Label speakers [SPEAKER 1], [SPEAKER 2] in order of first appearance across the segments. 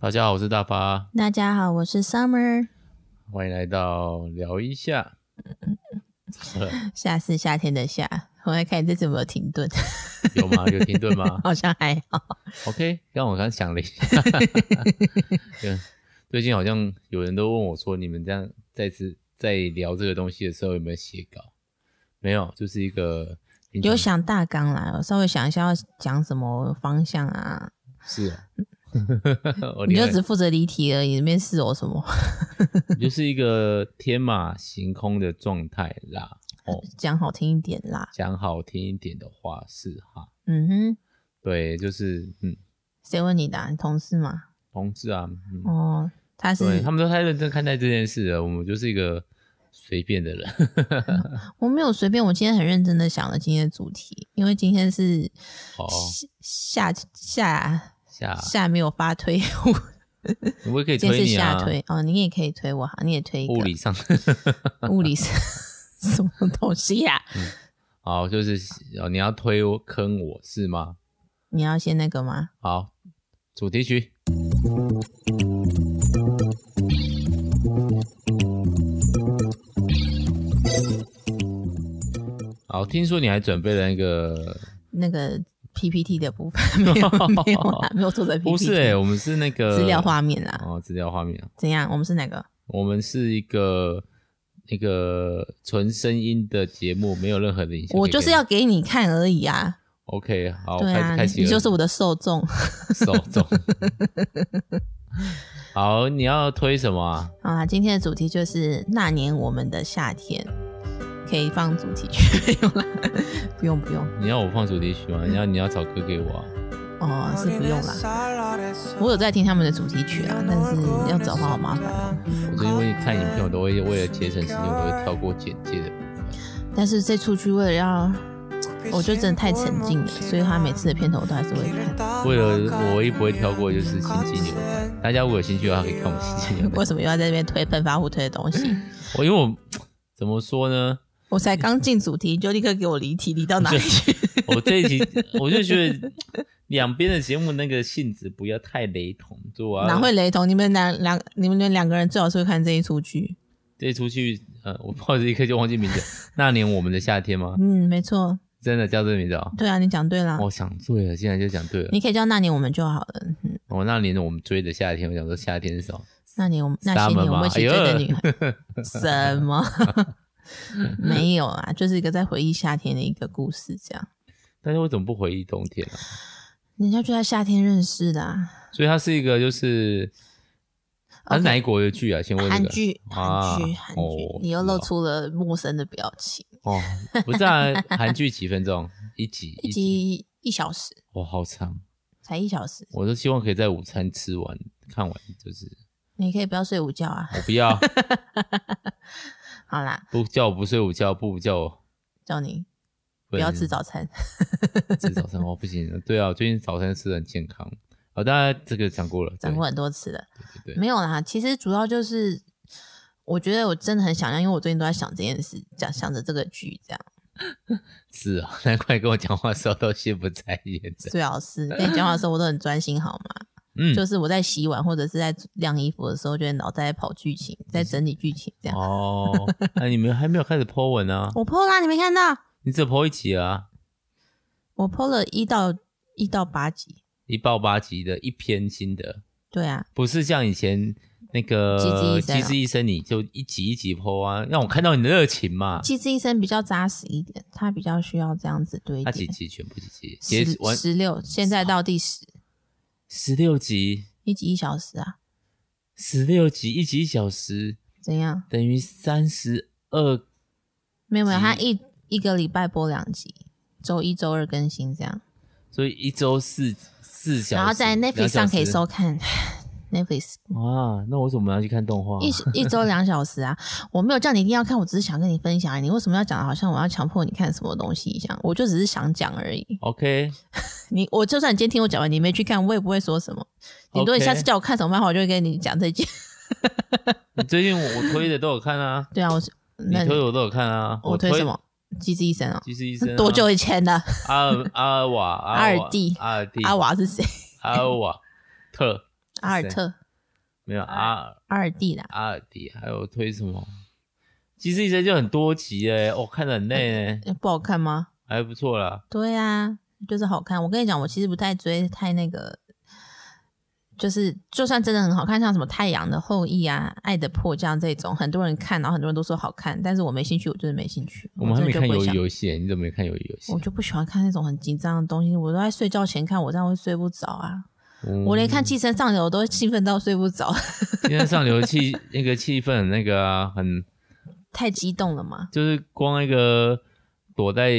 [SPEAKER 1] 大家好，我是大发，
[SPEAKER 2] 大家好，我是 Summer。
[SPEAKER 1] 欢迎来到聊一下。
[SPEAKER 2] 夏是夏天的夏，我来看你这次有没有停顿，
[SPEAKER 1] 有吗？啊有停顿 吗
[SPEAKER 2] 好像还好。
[SPEAKER 1] ？OK，刚刚我刚想了一下， 对最近好像有人都问我说，你们这样再次在聊这个东西的时候有没有写稿？没有，就是一个平常
[SPEAKER 2] 有想大纲啦，我稍微想一下要讲什么方向啊，
[SPEAKER 1] 是 啊，我
[SPEAKER 2] 你
[SPEAKER 1] 另
[SPEAKER 2] 就
[SPEAKER 1] 外
[SPEAKER 2] 只负责离题而已，里面是有什么
[SPEAKER 1] 就是一个天马行空的状态啦。哦，
[SPEAKER 2] 讲好听一点啦。
[SPEAKER 1] 讲好听一点的话是哈，
[SPEAKER 2] 嗯哼，
[SPEAKER 1] 对，就是嗯，
[SPEAKER 2] 谁问你的、啊？你同事嘛？
[SPEAKER 1] 同志啊，嗯，
[SPEAKER 2] 哦，他
[SPEAKER 1] 对
[SPEAKER 2] 是
[SPEAKER 1] 他们都太认真看待这件事了，我们就是一个随便的人。
[SPEAKER 2] 我没有随便，我今天很认真的想了今天的主题，因为今天是
[SPEAKER 1] 哦，
[SPEAKER 2] 夏夏
[SPEAKER 1] 下，
[SPEAKER 2] 夏没有发推，
[SPEAKER 1] 啊我也可以
[SPEAKER 2] 今天
[SPEAKER 1] 推
[SPEAKER 2] 是
[SPEAKER 1] 你
[SPEAKER 2] 夏
[SPEAKER 1] 啊，
[SPEAKER 2] 推哦，你也可以推我，好，你也推一个
[SPEAKER 1] 物理上，
[SPEAKER 2] 物理是 什么东西呀、
[SPEAKER 1] 好，就是哦，你要推我坑我是吗？
[SPEAKER 2] 你要先那个吗？
[SPEAKER 1] 好，主题曲，好，听说你还准备了那个，
[SPEAKER 2] 那个 PPT 的 部分没有没有啦，没有做成 PPT，
[SPEAKER 1] 不是哎、我们是那个
[SPEAKER 2] 资料画面啦。
[SPEAKER 1] 哦，资料画面啊，
[SPEAKER 2] 怎样？我们是哪个？
[SPEAKER 1] 我们是一个那个纯声音的节目，没有任何的影响。
[SPEAKER 2] 我就是要给你看而已啊。
[SPEAKER 1] OK，好，
[SPEAKER 2] 对
[SPEAKER 1] 开始
[SPEAKER 2] 啊，你
[SPEAKER 1] 开始
[SPEAKER 2] 你
[SPEAKER 1] 了，
[SPEAKER 2] 就是我的受众。
[SPEAKER 1] 手中。好，你要推什么啊？
[SPEAKER 2] 好啦，今天的主题就是那年我们的夏天，可以放主题曲没有啦？ 不用不用，
[SPEAKER 1] 你要我放主题曲吗？你要你要找歌给我啊？
[SPEAKER 2] 哦，是
[SPEAKER 3] 是不
[SPEAKER 2] 不
[SPEAKER 3] 用
[SPEAKER 2] 用
[SPEAKER 3] 啦
[SPEAKER 2] 啦。。
[SPEAKER 3] 我
[SPEAKER 2] 我
[SPEAKER 3] 有
[SPEAKER 2] 有
[SPEAKER 3] 在
[SPEAKER 2] 在听他们的主题曲
[SPEAKER 3] 学
[SPEAKER 2] 啊
[SPEAKER 3] 啊，，
[SPEAKER 2] 但
[SPEAKER 3] 但
[SPEAKER 2] 是
[SPEAKER 3] 是
[SPEAKER 2] 要
[SPEAKER 3] 要
[SPEAKER 2] 找
[SPEAKER 3] 找
[SPEAKER 2] 话
[SPEAKER 3] 话
[SPEAKER 2] 好
[SPEAKER 3] 好
[SPEAKER 2] 麻
[SPEAKER 3] 麻
[SPEAKER 2] 烦
[SPEAKER 3] 烦
[SPEAKER 2] 哦。
[SPEAKER 3] 哦。
[SPEAKER 1] 我是因为看影片，我都会为了节省时间，我都会跳过简介的。
[SPEAKER 2] 但是这出去为了要，我
[SPEAKER 3] 我
[SPEAKER 2] 觉得
[SPEAKER 3] 觉
[SPEAKER 2] 真
[SPEAKER 3] 得真
[SPEAKER 2] 的
[SPEAKER 3] 的
[SPEAKER 2] 太
[SPEAKER 3] 太
[SPEAKER 2] 沉
[SPEAKER 3] 沉
[SPEAKER 2] 浸
[SPEAKER 3] 浸
[SPEAKER 2] 了，
[SPEAKER 3] 了，
[SPEAKER 2] 所
[SPEAKER 3] 所
[SPEAKER 2] 以
[SPEAKER 3] 以
[SPEAKER 2] 他
[SPEAKER 3] 他
[SPEAKER 2] 每
[SPEAKER 3] 每
[SPEAKER 2] 次
[SPEAKER 3] 次
[SPEAKER 2] 的
[SPEAKER 3] 的
[SPEAKER 2] 片
[SPEAKER 3] 片
[SPEAKER 2] 头
[SPEAKER 3] 头
[SPEAKER 2] 我都
[SPEAKER 3] 我
[SPEAKER 2] 还
[SPEAKER 3] 都还
[SPEAKER 2] 是
[SPEAKER 3] 是
[SPEAKER 2] 会看。
[SPEAKER 3] 会看。
[SPEAKER 1] 为了我唯一不会跳过就是新金牛，大家如果有兴趣的话，可以看我们新金牛的。
[SPEAKER 2] 为什么又要在这边推喷发互推的东西？
[SPEAKER 1] 我因为我怎么说呢？
[SPEAKER 2] 我才刚进主题，你就立刻给我离题，离到哪里 去？
[SPEAKER 1] 我这一集我就觉得两边的节目那个性质不要太雷同，就我要
[SPEAKER 2] 哪会雷同？你们两两你们两个人最好是会看这一出剧。
[SPEAKER 1] 这一出去，呃，我不好意思一刻就忘记名字。那年我们的夏天吗？
[SPEAKER 2] 嗯，没错，
[SPEAKER 1] 真的叫这个名字哦。
[SPEAKER 2] 对啊，你讲对啦。
[SPEAKER 1] 我想对了，现在就讲对了
[SPEAKER 2] 你。可以叫那年我们就好了。嗯，
[SPEAKER 1] 我、那年我们追的夏天，我想说夏天是什么？
[SPEAKER 2] 那年我们那
[SPEAKER 1] Summer
[SPEAKER 2] 些年我
[SPEAKER 1] 吗
[SPEAKER 2] 们一起追的
[SPEAKER 1] 哎呦
[SPEAKER 2] 女孩，什么？ 没有啊，就是一个在回忆夏天的一个故事，这样。
[SPEAKER 1] 但是我怎么不回忆冬天啊？
[SPEAKER 2] 人家就在夏天认识的、啊，
[SPEAKER 1] 所以它是一个就是，它是
[SPEAKER 2] OK
[SPEAKER 1] 哪一国的剧啊？先问这个
[SPEAKER 2] 哦韩剧，韩剧，
[SPEAKER 1] 啊
[SPEAKER 2] 韩
[SPEAKER 1] 哦
[SPEAKER 2] 剧，你又
[SPEAKER 1] 是
[SPEAKER 2] 露
[SPEAKER 1] 哦
[SPEAKER 2] 出了陌生的表情。
[SPEAKER 1] 哦，不是啊，韩剧几分钟？一集
[SPEAKER 2] 一集一小时，
[SPEAKER 1] 哇、好长！
[SPEAKER 2] 才一小时，
[SPEAKER 1] 我都希望可以在午餐吃完看完，就是
[SPEAKER 2] 你可以不要睡午觉啊。
[SPEAKER 1] 我不 要
[SPEAKER 2] 好啦，
[SPEAKER 1] 不叫我不睡午觉，不叫我
[SPEAKER 2] 叫你不要吃早餐。
[SPEAKER 1] 吃早餐哦，不行，对啊，我最近早餐吃的很健康。好、大家这个讲过了，
[SPEAKER 2] 讲过很多次了，
[SPEAKER 1] 对对对
[SPEAKER 2] 没有啦。其实主要就是，我觉得我真的很想要，因为我最近都在想这件事，讲想着这个剧，这样。
[SPEAKER 1] 是啊，难怪跟我讲话的时候都心不在焉的。
[SPEAKER 2] 最 好是跟你讲话的时候，我都很专心，好吗？
[SPEAKER 1] 嗯，
[SPEAKER 2] 就是我在洗碗或者是在晾衣服的时候，就会脑袋在跑剧情，在整理剧情，这样。
[SPEAKER 1] 哦，那、你们还没有开始 Po 文啊？
[SPEAKER 2] 我 PO 啦，你没看到？
[SPEAKER 1] 你只有 Po 一集啊，
[SPEAKER 2] 我 PO 了一到一到八集，
[SPEAKER 1] 一爆八集的一篇心得，
[SPEAKER 2] 对啊，
[SPEAKER 1] 不是像以前那个
[SPEAKER 2] 机智医生啊
[SPEAKER 1] 智医生，你就一集一集 Po 啊，让我看到你的热情嘛。
[SPEAKER 2] 机智医生比较扎实一点，他比较需要这样子堆
[SPEAKER 1] 他几
[SPEAKER 2] 叠。
[SPEAKER 1] 集全部几集？
[SPEAKER 2] 十
[SPEAKER 1] 结完
[SPEAKER 2] 十六，现在到第十，
[SPEAKER 1] 十六集，
[SPEAKER 2] 一集一小时啊，
[SPEAKER 1] 十六集一集一小时，
[SPEAKER 2] 怎样？
[SPEAKER 1] 等于三十二
[SPEAKER 2] 没有没有，
[SPEAKER 1] 集
[SPEAKER 2] 他一一个礼拜播两集，周一周二更新这样，
[SPEAKER 1] 所以一周四四小时，
[SPEAKER 2] 然后在
[SPEAKER 1] 两
[SPEAKER 2] Netflix
[SPEAKER 1] 小
[SPEAKER 2] 上
[SPEAKER 1] 时
[SPEAKER 2] 可以收看 Netflix
[SPEAKER 1] 啊。那我怎么要去看动画？
[SPEAKER 2] 一一周两小时啊。我没有叫你一定要看，我只是想跟你分享而已。啊你为什么要讲？好像我要强迫你看什么东西一样，我就只是想讲而已。
[SPEAKER 1] OK，
[SPEAKER 2] 你我就算你今天听我讲完，你没去看，我也不会说什么。顶多你下次
[SPEAKER 1] OK
[SPEAKER 2] 叫我看什么漫画，我就会跟你讲这件。
[SPEAKER 1] 你最近我我推的都有看啊，
[SPEAKER 2] 对啊，我是
[SPEAKER 1] 你
[SPEAKER 2] 那你
[SPEAKER 1] 推的我都有看啊。
[SPEAKER 2] 我推什么？机智医生哦，
[SPEAKER 1] 其实医生啊
[SPEAKER 2] 多久以前的？
[SPEAKER 1] 阿尔阿尔瓦、阿
[SPEAKER 2] 阿尔蒂
[SPEAKER 1] 阿尔蒂、
[SPEAKER 2] 阿瓦是谁？
[SPEAKER 1] 阿尔瓦特
[SPEAKER 2] 阿尔特、
[SPEAKER 1] 没有阿尔
[SPEAKER 2] 阿尔蒂啦，
[SPEAKER 1] 阿尔迪，还有推什么？其实一生就很多集哎，我、看得很累哎，
[SPEAKER 2] 诶不好看吗？
[SPEAKER 1] 还不错啦。
[SPEAKER 2] 对啊，就是好看。我跟你讲，我其实不太追太那个，就是就算真的很好看，像什么《太阳的后裔》啊，《爱的迫降》这种，很多人看，然后很多人都说好看，但是我没兴趣，我就是没兴趣。
[SPEAKER 1] 我们还
[SPEAKER 2] 真
[SPEAKER 1] 没
[SPEAKER 2] 的就
[SPEAKER 1] 看
[SPEAKER 2] 不会
[SPEAKER 1] 鱿鱼
[SPEAKER 2] 想
[SPEAKER 1] 游戏耶，你怎么没看鱿鱼游戏
[SPEAKER 2] 我？就不喜欢看那种很紧张的东西，我都在睡觉前看，我这样会睡不着啊。
[SPEAKER 1] 嗯
[SPEAKER 2] 我连看《寄生上流》我都兴奋到睡不着，
[SPEAKER 1] 今天上流气那个气氛很那个啊，很
[SPEAKER 2] 太激动了嘛。
[SPEAKER 1] 就是光那个躲在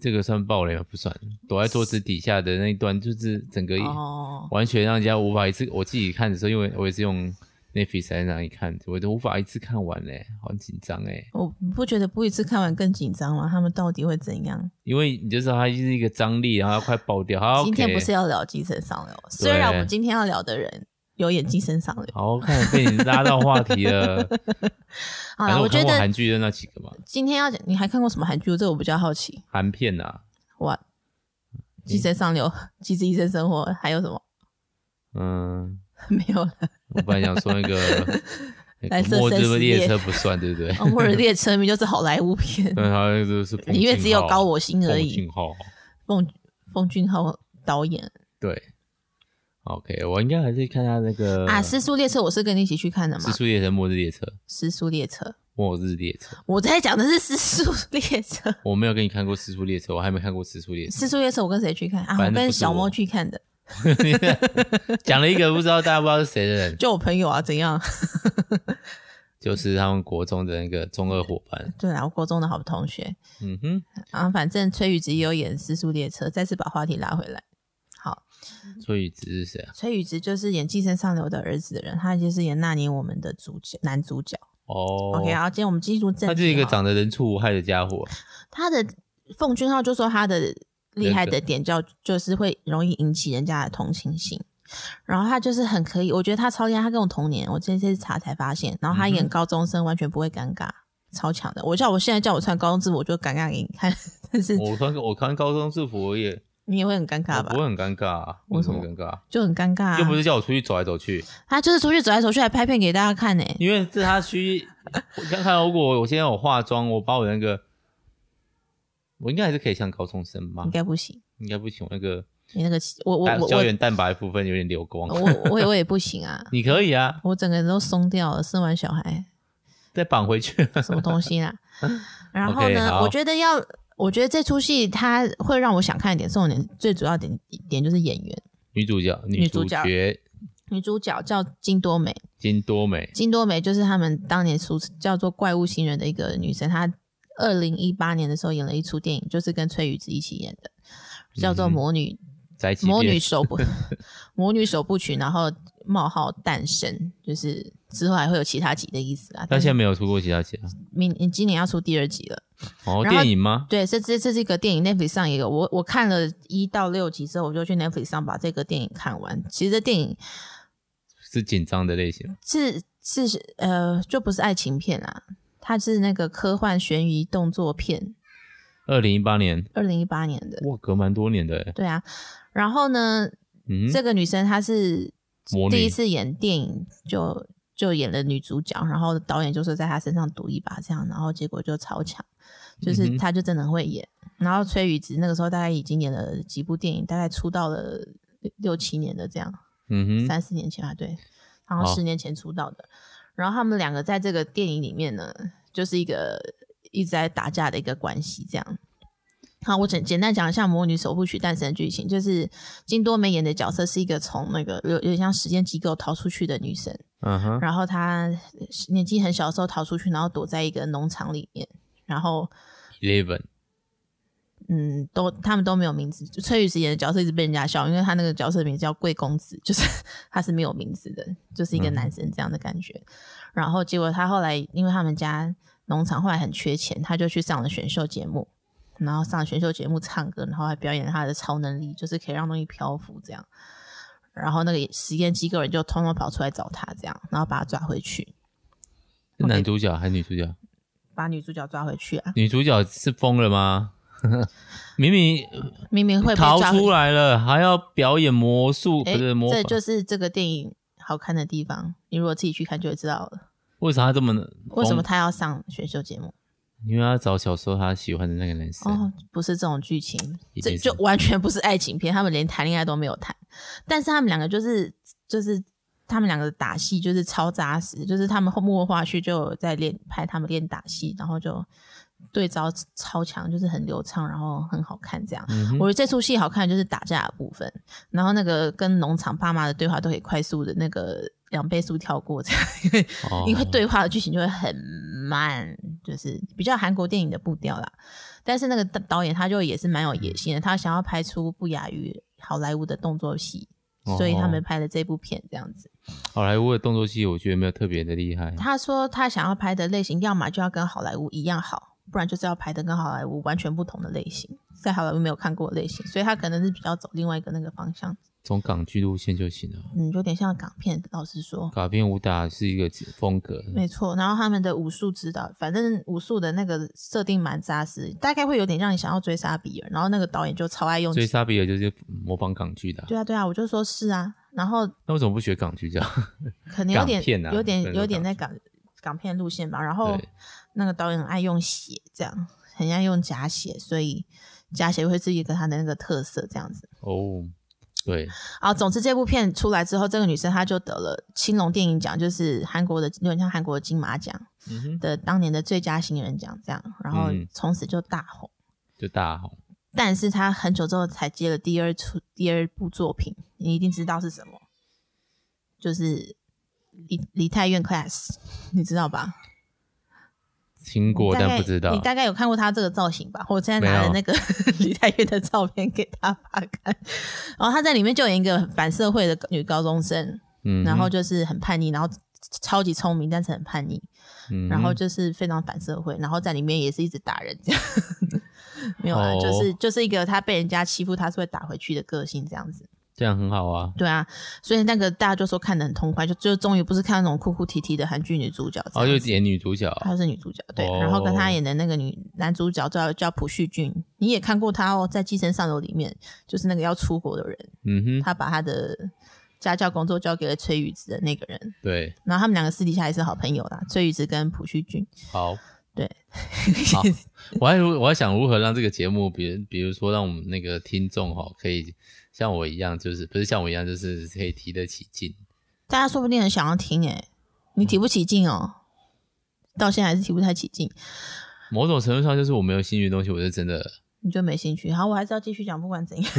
[SPEAKER 1] 这个算暴雷吗？不算，躲在桌子底下的那一段，就是整个
[SPEAKER 2] 哦，
[SPEAKER 1] 完全让人家无法一次。我自己看的时候，因为我也是用 Netflix 在那里看，我都无法一次看完嘞，好紧张哎。
[SPEAKER 2] 我不觉得不一次看完更紧张吗？他们到底会怎样？
[SPEAKER 1] 因为你就知道它就是一个张力，然后要快爆掉。好，
[SPEAKER 2] 今天
[SPEAKER 1] OK
[SPEAKER 2] 不是要聊《寄生上流》，虽然我们今天要聊的人有演《寄生上流》。
[SPEAKER 1] 好看被你拉到话题 了。
[SPEAKER 2] 好
[SPEAKER 1] 反
[SPEAKER 2] 了，
[SPEAKER 1] 正
[SPEAKER 2] 啊我觉
[SPEAKER 1] 看过
[SPEAKER 2] 得
[SPEAKER 1] 韩剧的那几个嘛，
[SPEAKER 2] 今天要讲，你还看过什么韩剧？这我比较好奇。
[SPEAKER 1] 韩片啊，
[SPEAKER 2] 哇，《寄生上流》《机智医生生活》还有什么？
[SPEAKER 1] 嗯，
[SPEAKER 2] 没 有了。
[SPEAKER 1] 我本来想说那个那
[SPEAKER 2] 蓝
[SPEAKER 1] 个
[SPEAKER 2] 色
[SPEAKER 1] 末
[SPEAKER 2] 生
[SPEAKER 1] 日
[SPEAKER 2] 死
[SPEAKER 1] 列
[SPEAKER 2] 列
[SPEAKER 1] 车不算，对不对？
[SPEAKER 2] 哦《末日列车》明明就是好莱坞片，
[SPEAKER 1] 但它就是
[SPEAKER 2] 里面只有高我心而
[SPEAKER 1] 信
[SPEAKER 2] 已。
[SPEAKER 1] 号
[SPEAKER 2] 奉奉俊昊导演
[SPEAKER 1] 对。OK，我应该还是看他那个
[SPEAKER 2] 啊，
[SPEAKER 1] 《
[SPEAKER 2] 《失速列车》我是跟你一起去看的嘛，
[SPEAKER 1] 时
[SPEAKER 2] 《
[SPEAKER 1] 呃速列车》《末日列车》《
[SPEAKER 2] 失速列车》
[SPEAKER 1] 末日列车》，
[SPEAKER 2] 我在讲的是《失速列车》。
[SPEAKER 1] 我没有跟你看过《时速列车》，我还没看过《时速列车
[SPEAKER 2] 《失速列车》我跟谁去看啊？
[SPEAKER 1] 反
[SPEAKER 2] 我
[SPEAKER 1] 正
[SPEAKER 2] 跟
[SPEAKER 1] 不是
[SPEAKER 2] 小
[SPEAKER 1] 我。
[SPEAKER 2] 猫去看的，》
[SPEAKER 1] 讲了一个不知道大家不知道是谁的人，
[SPEAKER 2] 就我朋友啊，怎样？
[SPEAKER 1] 就是他们国中的那个中二伙伴。
[SPEAKER 2] 对啊，我国中的好同学
[SPEAKER 1] 嗯哼，
[SPEAKER 2] 啊，反正崔宇植也有演《失速列车》，再次把话题拉回来。好，
[SPEAKER 1] 所以只是谁啊？
[SPEAKER 2] 崔宇植就是演《寄生上流》的儿子的人，他就是演《那年我们》的主角男主角。
[SPEAKER 1] 哦
[SPEAKER 2] OK，好，今天我们进入正题。啊
[SPEAKER 1] 他就是一个，长得人畜无害的家伙。啊
[SPEAKER 2] 他的奉俊昊就说他的厉害的点叫就是会容易引起人家的同情心，然后他就是很可以，我觉得他超厉害，他跟我同年，我这次查才发现，然后他
[SPEAKER 1] 嗯
[SPEAKER 2] 演
[SPEAKER 1] 哼
[SPEAKER 2] 高中生完全不会尴尬，超强的。我叫我现在叫我穿高中制服，我就尴尬给你看， 但是
[SPEAKER 1] 我穿我穿高中制服，我也
[SPEAKER 2] 你也会很尴尬
[SPEAKER 1] 我
[SPEAKER 2] 吧
[SPEAKER 1] 不？会很尴尬、啊，
[SPEAKER 2] 为什么
[SPEAKER 1] 我怎么尴尬啊？
[SPEAKER 2] 就很尴尬、
[SPEAKER 1] 又不
[SPEAKER 2] 啊，
[SPEAKER 1] 是叫我出去走来走去，
[SPEAKER 2] 他就是出去走来走去，还拍片给大家看呢、
[SPEAKER 1] 因为这他区， 我想看如果我现在有化妆，我把我那个，我应该还是可以像高中生吧
[SPEAKER 2] 应？该不行。
[SPEAKER 1] 应该不行，我那个
[SPEAKER 2] 你那个我我
[SPEAKER 1] 蛋
[SPEAKER 2] 我哦
[SPEAKER 1] 胶原蛋白部分有点流光
[SPEAKER 2] 我。 我我也我也不行啊，
[SPEAKER 1] 你可以啊，
[SPEAKER 2] 我整个人都松掉了，生完小孩。
[SPEAKER 1] 再绑回去。
[SPEAKER 2] 什么东西啦。然后
[SPEAKER 1] OK，
[SPEAKER 2] 呢
[SPEAKER 1] 好
[SPEAKER 2] 我觉得要，我觉得这出戏它会让我想看一点，重点最主要点点就是演员，
[SPEAKER 1] 女主角，
[SPEAKER 2] 女主
[SPEAKER 1] 主
[SPEAKER 2] 角
[SPEAKER 1] 角
[SPEAKER 2] 女主角叫金多美，
[SPEAKER 1] 金多美，
[SPEAKER 2] 金多美就是他们当年出叫做《怪物新人》的一个女生，她二零一八年的时候演了一出电影，就是跟崔宇植一起演的，叫做《
[SPEAKER 1] 嗯哼
[SPEAKER 2] 魔女、
[SPEAKER 1] 宅急
[SPEAKER 2] 魔
[SPEAKER 1] 便
[SPEAKER 2] 女 首部魔女首部曲》，然后冒号诞生，就是之后还会有其他集的意思啊。
[SPEAKER 1] 但
[SPEAKER 2] 但
[SPEAKER 1] 现在
[SPEAKER 2] 是
[SPEAKER 1] 没有出过其他集啊。
[SPEAKER 2] 明今年要出第二集了。
[SPEAKER 1] 哦，
[SPEAKER 2] 然后
[SPEAKER 1] 电影吗？
[SPEAKER 2] 对，这这这是一个电影，Netflix 上也有。我我看了一到六集之后，我就去 Netflix 上把这个电影看完。其实这电影
[SPEAKER 1] 是紧张的类型。
[SPEAKER 2] 是是呃，就不是爱情片啊，它是那个科幻悬疑动作片，
[SPEAKER 1] 二零一八年，
[SPEAKER 2] 二零一八年的。
[SPEAKER 1] 哇，隔蛮多年的欸。
[SPEAKER 2] 对啊，然后呢，
[SPEAKER 1] 嗯，
[SPEAKER 2] 这个女生她是
[SPEAKER 1] 魔
[SPEAKER 2] 第
[SPEAKER 1] 女
[SPEAKER 2] 一次演电影就就演了女主角，然后导演就说在她身上赌一把这样，然后结果就超强，就是
[SPEAKER 1] 嗯哼
[SPEAKER 2] 她就真的很会演。然后崔宇植那个时候大概已经演了几部电影，大概出道了六六七年的这样，
[SPEAKER 1] 嗯哦哼，
[SPEAKER 2] 三四年前吧，对，然后
[SPEAKER 1] 好
[SPEAKER 2] 十年前出道的。然后他们两个在这个电影里面呢，就是一个一直在打架的一个关系，这样。好，我简简单讲一下《魔女首部曲》诞生的剧情，就是金多美演的角色是一个从那个有有点像时间机构逃出去的女生，
[SPEAKER 1] 嗯哼，
[SPEAKER 2] 然后她呃年纪很小的时候逃出去，然后躲在一个农场里面，然后
[SPEAKER 1] Eleven，
[SPEAKER 2] 嗯，都他们都没有名字。就崔宇植演的角色一直被人家笑，因为他那个角色的名字叫贵公子，就是 他是没有名字的，就是一个
[SPEAKER 1] 嗯
[SPEAKER 2] 男生这样的感觉。然后结果他后来，因为他们家农场后来很缺钱，他就去上了选秀节目，然后上了选秀节目唱歌，然后还表演他的超能力，就是可以让东西漂浮这样。然后那个实验机构人就通通跑出来找他，这样，然后把他抓回去，
[SPEAKER 1] 是男主角还是女主角？
[SPEAKER 2] 把女主角抓回去啊！
[SPEAKER 1] 女主角是疯了吗？ 明明
[SPEAKER 2] 明明会被
[SPEAKER 1] 逃
[SPEAKER 2] 抓回
[SPEAKER 1] 出来了，还要表演魔术，
[SPEAKER 2] 哎，
[SPEAKER 1] 不是魔
[SPEAKER 2] 这
[SPEAKER 1] 法
[SPEAKER 2] 就是这个电影好看的地方，你如果自己去看就会知道了。
[SPEAKER 1] 为啥他这么
[SPEAKER 2] 为什么
[SPEAKER 1] 疯？
[SPEAKER 2] 他要上选秀节目？
[SPEAKER 1] 因为他找小时候他喜欢的那个男生。
[SPEAKER 2] 哦，不是这种剧情，
[SPEAKER 1] 一定
[SPEAKER 2] 这
[SPEAKER 1] 是
[SPEAKER 2] 就完全不是爱情片，他们连谈恋爱都没有谈，但是他们两个就是就是他们两个打戏就是超扎实，就是他们后幕后花絮就有在练拍他们练打戏，然后就对招超强，就是很流畅，然后很好看这样。
[SPEAKER 1] 嗯哼
[SPEAKER 2] 我觉得这出戏好看就是打架的部分，然后那个跟农场爸妈的对话都可以快速的那个两倍速跳过，这样因为
[SPEAKER 1] 哦
[SPEAKER 2] 因为对话的剧情就会很慢，就是比较韩国电影的步调啦。但是那个导导演他就也是蛮有野心的，他想要拍出不亚于好莱坞的动作戏，所以他们
[SPEAKER 1] 哦
[SPEAKER 2] 拍了这部片这样子。
[SPEAKER 1] 好莱坞的动作戏，我觉得没有特别的厉害。
[SPEAKER 2] 他说他想要拍的类型，要么就要跟好莱坞一样好，不然就是要拍的跟好莱坞完全不同的类型，在好莱坞没有看过的类型，所以他可能是比较走另外一个那个方向，
[SPEAKER 1] 从港剧路线就行了。
[SPEAKER 2] 嗯，有点像港片。老实说，
[SPEAKER 1] 卡片武打是一个风格，
[SPEAKER 2] 没错，然后他们的武术指导，反正武术的那个设定蛮扎实，大概会有点让你想要追杀比尔。然后那个导演就超爱用，
[SPEAKER 1] 所以莎比尔就是模仿港剧的啊、
[SPEAKER 2] 对啊对啊，我就说是啊，然后
[SPEAKER 1] 那为什么不学港剧这样？
[SPEAKER 2] 可能有点
[SPEAKER 1] 港片啊
[SPEAKER 2] 有点
[SPEAKER 1] 不能说
[SPEAKER 2] 有点在港港片路线吧。然后
[SPEAKER 1] 对
[SPEAKER 2] 那个导演很爱用血，这样很爱用假血，所以假血会是一个他的那个特色这样子。
[SPEAKER 1] 哦，对，
[SPEAKER 2] 啊，总之这部片出来之后，这个女生她就得了青龙电影奖，就是韩国的有点像韩国的金马奖
[SPEAKER 1] 嗯哼，
[SPEAKER 2] 的当年的最佳新人奖这样，然后
[SPEAKER 1] 嗯
[SPEAKER 2] 从此就大红。
[SPEAKER 1] 就大红。
[SPEAKER 2] 但是他很久之后才接了第二出第二部作品，你一定知道是什么，就是梨梨泰院 class，你 知道吧？
[SPEAKER 1] 听过
[SPEAKER 2] 你大概
[SPEAKER 1] 但不知道
[SPEAKER 2] 你，大概有看过他这个造型吧？我现在拿
[SPEAKER 1] 没
[SPEAKER 2] 了
[SPEAKER 1] 有
[SPEAKER 2] 那个 梨泰院的照片给他爸看，然后他在里面就有一个反社会的女高中生，
[SPEAKER 1] 嗯哼，
[SPEAKER 2] 然后就是很叛逆，然后超级聪明，但是很叛逆，
[SPEAKER 1] 嗯哼
[SPEAKER 2] 然后就是非常反社会，然后在里面也是一直打人这样。 没有啊，
[SPEAKER 1] 哦
[SPEAKER 2] 就是就是一个他被人家欺负，他是会打回去的个性这样子。
[SPEAKER 1] 这样很好啊。
[SPEAKER 2] 对啊，所以那个大家就说看得很痛快，就就终于不是看那种哭哭啼啼的韩剧女主角这
[SPEAKER 1] 哦，就
[SPEAKER 2] 样
[SPEAKER 1] 是
[SPEAKER 2] 子。
[SPEAKER 1] 演女主角啊，
[SPEAKER 2] 她是女主角，对，然后跟她演的那个女男主角叫叫朴叙俊，你也看过他哦，在《寄生上流》里面，就是那个要出国的人，
[SPEAKER 1] 嗯哼，
[SPEAKER 2] 他把他的家教工作交给了崔宇植的那个人，
[SPEAKER 1] 对，
[SPEAKER 2] 然后他们两个私底下也是好朋友啦，崔宇植跟朴叙俊。
[SPEAKER 1] 好，
[SPEAKER 2] 对，
[SPEAKER 1] 好，我还如我还想如何让这个节目，比如比如说让我们那个听众哈，可以像我一样，就是不是像我一样，就是可以提得起劲。
[SPEAKER 2] 大家说不定很想要听诶、欸你提不起劲哦，到现在还是提不太起劲，
[SPEAKER 1] 某种程度上，就是我没有兴趣的东西，我是真的
[SPEAKER 2] 你就没兴趣。好，我还是要继续讲，不管 怎样。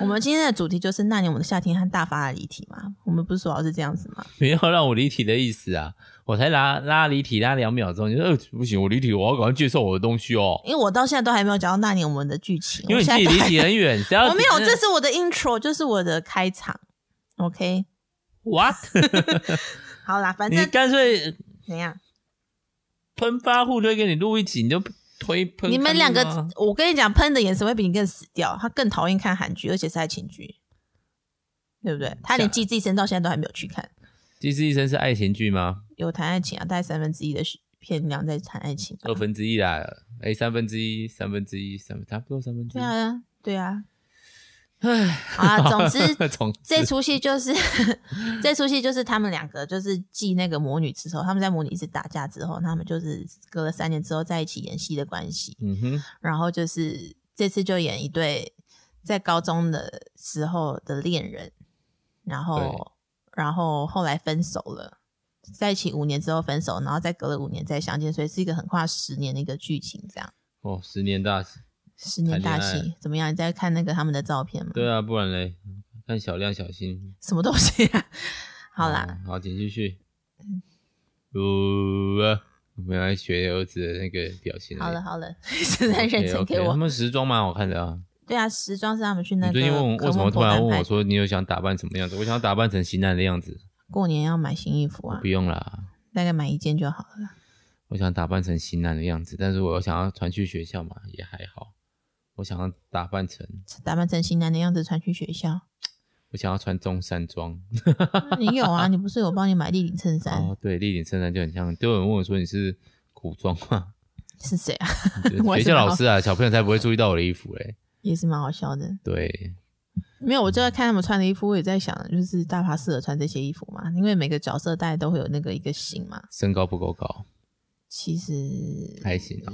[SPEAKER 2] 我们今天的主题就是那年我们的夏天和大发的离题嘛，我们不是说好是这样子吗？
[SPEAKER 1] 没有让我离题的意思啊！ 我才拉拉离题拉两秒钟，你就说、呃、不行，我离题，我要赶快介绍我的东西哦，
[SPEAKER 2] 因为我到现在都还没有讲到那年我们的剧情，
[SPEAKER 1] 因为
[SPEAKER 2] 我
[SPEAKER 1] 你自
[SPEAKER 2] 现在
[SPEAKER 1] 己
[SPEAKER 2] 都
[SPEAKER 1] 离
[SPEAKER 2] 还
[SPEAKER 1] 题
[SPEAKER 2] 哦
[SPEAKER 1] 很远，谁要
[SPEAKER 2] 我没有，
[SPEAKER 1] 提
[SPEAKER 2] 这是我的 intro，就是我的开场。OK，
[SPEAKER 1] what？
[SPEAKER 2] 好啦，反
[SPEAKER 1] 你
[SPEAKER 2] 正
[SPEAKER 1] 干脆
[SPEAKER 2] 怎样，
[SPEAKER 1] 喷发互推给你录一集，你就推喷看看啊。
[SPEAKER 2] 你们两个，我跟你讲，喷的眼神会比你更死掉。他更讨厌看韩剧，而且是爱情剧，对不对？他连《寄寄生》到现在都还没有去看，
[SPEAKER 1] 其实医生是 E 爱情剧吗？
[SPEAKER 2] 有谈爱情啊，大概三分之一的片量在谈爱情吧
[SPEAKER 1] 二。分之一啦，哎，三分之一，三分之一，三差不多三分之一。
[SPEAKER 2] 对啊，对啊。
[SPEAKER 1] 唉，
[SPEAKER 2] 好啊，总之
[SPEAKER 1] 总之
[SPEAKER 2] 这出戏就是 这出戏就是他们两个就是继那个魔女之后，他们在魔女一直打架之后，他们就是隔了三年之后在一起演戏的关系。
[SPEAKER 1] 嗯哼，
[SPEAKER 2] 然后就是这次就演一对在高中的时候的恋人，然后然后后来分手了，在一起五年之后分手，然后再隔了五年再相见，所以是一个很跨十年的一个剧情，这样
[SPEAKER 1] 哦，十年大，
[SPEAKER 2] 十年大
[SPEAKER 1] 谈恋爱
[SPEAKER 2] 戏怎么样？你在看那个他们的照片吗？
[SPEAKER 1] 对啊，不然嘞，看小亮小新。
[SPEAKER 2] 什么东西啊？好啦，嗯
[SPEAKER 1] 嗯好，请继续。呃，我们来学儿子的那个表情而已。
[SPEAKER 2] 好了好了， 现在认真
[SPEAKER 1] 嗯 OK，OK，
[SPEAKER 2] 给我。
[SPEAKER 1] 他们时装蛮好看的啊。
[SPEAKER 2] 对啊，时装是他们去那
[SPEAKER 1] 你
[SPEAKER 2] 个
[SPEAKER 1] 最近问我为
[SPEAKER 2] 科
[SPEAKER 1] 什么
[SPEAKER 2] 莫
[SPEAKER 1] 突
[SPEAKER 2] 博
[SPEAKER 1] 然
[SPEAKER 2] 丹
[SPEAKER 1] 问
[SPEAKER 2] 拍
[SPEAKER 1] 我说你有想打扮什么样子？我想要打扮成型男的样子。
[SPEAKER 2] 过年要买新衣服
[SPEAKER 1] 我
[SPEAKER 2] 啊
[SPEAKER 1] 不，用啦，
[SPEAKER 2] 大概买一件就好了啦。
[SPEAKER 1] 我想打扮成型男的样子，但是我又想要传去学校嘛，也还好。我想要打扮成，
[SPEAKER 2] 打扮成型男的样子穿去学校。
[SPEAKER 1] 我想要穿中山装。
[SPEAKER 2] 你有啊？你不是有帮你买立领衬衫？
[SPEAKER 1] 哦，对，立领衬衫就很像。都有人问我说你是古装 吗？
[SPEAKER 2] 是谁啊？
[SPEAKER 1] 就是
[SPEAKER 2] 我也
[SPEAKER 1] 学
[SPEAKER 2] 是
[SPEAKER 1] 校
[SPEAKER 2] 蛮
[SPEAKER 1] 老
[SPEAKER 2] 好
[SPEAKER 1] 师啊，小朋友才不会注意到我的衣服嘞。
[SPEAKER 2] 也是蛮好笑的。
[SPEAKER 1] 对，
[SPEAKER 2] 没有，我
[SPEAKER 1] 嗯
[SPEAKER 2] 就在看他们穿的衣服，我也在想，就是大爬适合穿这些衣服嘛，因为每个角色大概都会有那个一个型嘛。
[SPEAKER 1] 身高不够高，
[SPEAKER 2] 其实呃
[SPEAKER 1] 还行啊，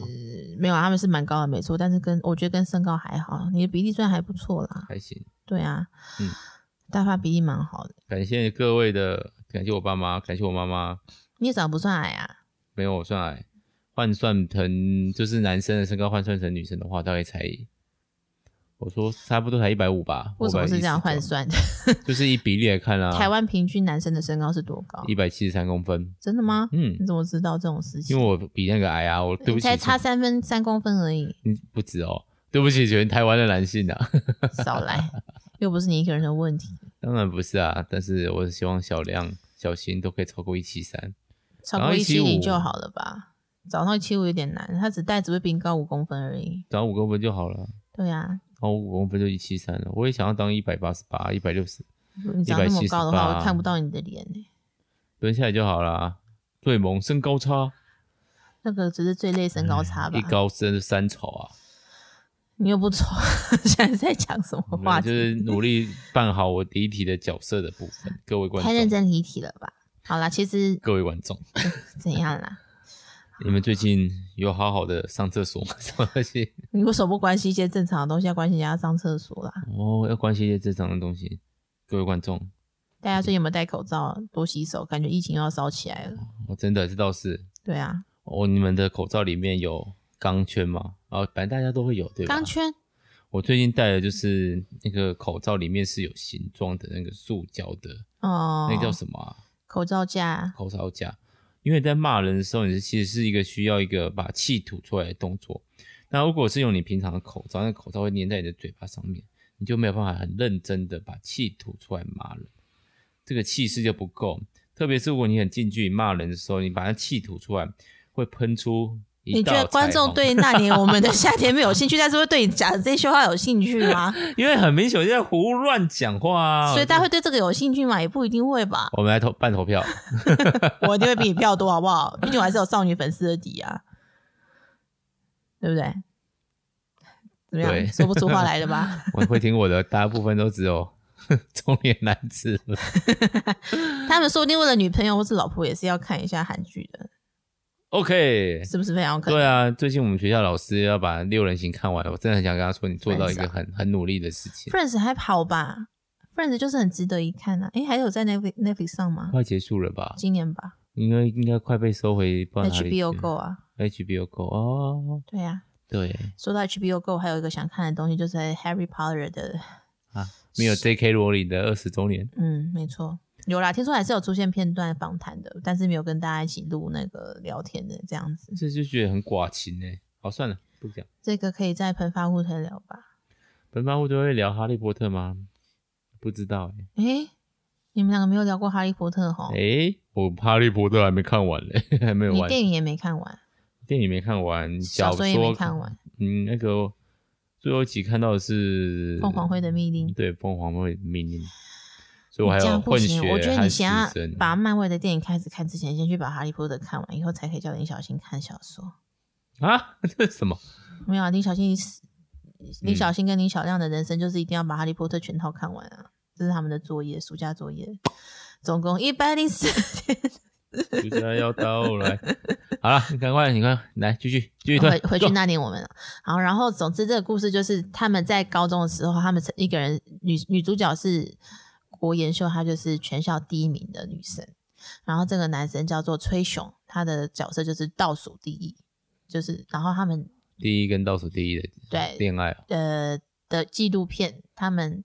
[SPEAKER 2] 没有啊，他们是蛮高的，没错，但是跟我觉得跟身高还好，你的比例算还不错啦。
[SPEAKER 1] 还行。
[SPEAKER 2] 对啊，
[SPEAKER 1] 嗯，
[SPEAKER 2] 大发比例蛮好的，
[SPEAKER 1] 感谢各位的，感谢我爸妈，感谢我妈妈，
[SPEAKER 2] 你也长得不算矮啊。
[SPEAKER 1] 没有我算矮，换算成就是男生的身高换算成女生的话，大概才，我说差不多才一百五吧，
[SPEAKER 2] 为什么是这样换
[SPEAKER 1] 149？
[SPEAKER 2] 算的？
[SPEAKER 1] 就是以比例来看
[SPEAKER 2] 台
[SPEAKER 1] 啦，
[SPEAKER 2] 湾平均男生的身高是多高？
[SPEAKER 1] 啊一百七十三公分，
[SPEAKER 2] 真的吗？
[SPEAKER 1] 嗯，
[SPEAKER 2] 你怎么知道这种事情？
[SPEAKER 1] 因为我比那个矮啊，我对不
[SPEAKER 2] 你
[SPEAKER 1] 起，
[SPEAKER 2] 才差三分三公分而已，
[SPEAKER 1] 嗯不止哦，对不起，全台湾的男性啊，
[SPEAKER 2] 少来，又不是你一个人的问题。
[SPEAKER 1] 当然不是啊，但是我希望小亮、小新都可以超过一七三，
[SPEAKER 2] 超
[SPEAKER 1] 然后
[SPEAKER 2] 过一七
[SPEAKER 1] 175
[SPEAKER 2] 零就好了吧？早上一七五有点难，他只带只会比你高五公分而已。
[SPEAKER 1] 长五公分就好了，
[SPEAKER 2] 对啊，
[SPEAKER 1] 然后五公分就一七三了，我也想要当一百八十八、一百六十，
[SPEAKER 2] 你长那么高的话，
[SPEAKER 1] 178
[SPEAKER 2] 我看不到你的脸欸
[SPEAKER 1] 蹲下来就好啦。对萌身高差，
[SPEAKER 2] 那个只是最累身高差
[SPEAKER 1] 嗯
[SPEAKER 2] 吧
[SPEAKER 1] 一？高真是三丑啊！
[SPEAKER 2] 你又不丑， 现在在讲什
[SPEAKER 1] 我
[SPEAKER 2] 么话
[SPEAKER 1] 们
[SPEAKER 2] 题？
[SPEAKER 1] 就是努力办好我第一题的角色的部分，各位观
[SPEAKER 2] 太认
[SPEAKER 1] 众，
[SPEAKER 2] 真离题了吧？好啦，其实
[SPEAKER 1] 各位观众，
[SPEAKER 2] 怎样啦？
[SPEAKER 1] 你们最近有好好的上厕所 吗？上那些
[SPEAKER 2] 你为什么不关心一些正常的东西，要关心人家上厕所啦？
[SPEAKER 1] 哦，要关心一些正常的东西。各位观众，
[SPEAKER 2] 大家最近有没有戴口罩、多洗手？感觉疫情又要烧起来了。
[SPEAKER 1] 我真的这倒是
[SPEAKER 2] 对啊，
[SPEAKER 1] 哦，你们的口罩里面有钢圈吗？哦，反正大家都会有，对吧？
[SPEAKER 2] 钢圈
[SPEAKER 1] 我最近戴的就是那个口罩里面是有形状的那个塑胶的，
[SPEAKER 2] 哦，
[SPEAKER 1] 那个叫什么啊？
[SPEAKER 2] 口罩架，
[SPEAKER 1] 口罩架，因为在骂人的时候，你其实是一个需要一个把气吐出来的动作。那如果是用你平常的口罩，那口罩会粘在你的嘴巴上面，你就没有办法很认真的把气吐出来骂人，这个气势就不够。特别是如果你很近距离骂人的时候，你把那气吐出来，会喷出一
[SPEAKER 2] 你觉
[SPEAKER 1] 道
[SPEAKER 2] 得观
[SPEAKER 1] 彩
[SPEAKER 2] 众
[SPEAKER 1] 虹，
[SPEAKER 2] 对那年我们的夏天没有兴趣， 但是会对你讲的这些话有兴趣吗？
[SPEAKER 1] 因为很明显我就在胡乱讲话 啊，
[SPEAKER 2] 所以大家会对这个有兴趣吗？也不一定会吧。
[SPEAKER 1] 我们来投办投票，
[SPEAKER 2] 我一定会比你票多，好不好？毕竟我还是有少女粉丝的底啊，对不对？怎么
[SPEAKER 1] 对
[SPEAKER 2] 样？说不出话来了 吧？
[SPEAKER 1] 我会听我的，大部分都只有 中年男子了。
[SPEAKER 2] 他们说不定为了女朋友或是老婆，也是要看一下韩剧的，
[SPEAKER 1] OK，
[SPEAKER 2] 是不是非常有可能？
[SPEAKER 1] 对啊，最近我们学校老师要把六人行看完，我真的很想跟他说，你做到一个很很努力的事情。
[SPEAKER 2] Friends 还好吧？Friends 就是很值得一看啊。诶，还有在 Netflix Netflix 上吗？
[SPEAKER 1] 快结束了吧？
[SPEAKER 2] 今年吧
[SPEAKER 1] 应该应该快被收回，不然哪里去
[SPEAKER 2] ，HBO Go 啊，
[SPEAKER 1] HBO Go 哦，
[SPEAKER 2] 对呀、啊。
[SPEAKER 1] 对
[SPEAKER 2] 说到 HBO Go，还有一个想看的东西，就是 Harry Potter 的，
[SPEAKER 1] 啊，没有 J.K. 罗琳的二十周年，
[SPEAKER 2] 嗯，没错，有啦，听说还是有出现片段访谈的，但是没有跟大家一起录那个聊天的这样子。
[SPEAKER 1] 这就觉得很寡情哎。好，算了，不讲。
[SPEAKER 2] 这个可以在喷发户再聊吧。
[SPEAKER 1] 本番会都会聊哈利波特吗？不知道哎、
[SPEAKER 2] 诶，你们两个没有聊过《哈利波特》哈？
[SPEAKER 1] 诶，我哈利波特还没看完嘞， 还没有
[SPEAKER 2] 你
[SPEAKER 1] 完。
[SPEAKER 2] 电影也没看完，
[SPEAKER 1] 电影没看完，
[SPEAKER 2] 小
[SPEAKER 1] 说
[SPEAKER 2] 说也没看完，
[SPEAKER 1] 嗯，那个最后一集看到的是
[SPEAKER 2] 《凤凰会的密令》。
[SPEAKER 1] 对，凤凰会命令，所以
[SPEAKER 2] 你
[SPEAKER 1] 我还
[SPEAKER 2] 这
[SPEAKER 1] 有
[SPEAKER 2] 样不
[SPEAKER 1] 混血
[SPEAKER 2] 行，我觉得
[SPEAKER 1] 和
[SPEAKER 2] 你先要
[SPEAKER 1] 私生
[SPEAKER 2] 把漫威的电影开始看之前，先去把《哈利波特》看完，以后才可以叫林小新看小说。
[SPEAKER 1] 啊， 这是什么？
[SPEAKER 2] 没有啊，林小新是林小新跟林小亮的人生就是一定要把《哈利波特》全套看完啊，这是他们的作业，暑假作业，总共一百零四天。
[SPEAKER 1] 暑假要到来，好了，你赶快，你快来继续继续推
[SPEAKER 2] 回回去
[SPEAKER 1] go
[SPEAKER 2] 那年我们了，啊好，然后总之这个故事就是他们在高中的时候，他们一个人女女主角是国研秀，她就是全校第一名的女生，然后这个男生叫做崔雄，他的角色就是倒数第一，就是然后他们
[SPEAKER 1] 第一跟倒数第一的
[SPEAKER 2] 对
[SPEAKER 1] 恋爱哦，
[SPEAKER 2] 呃的纪录片，他们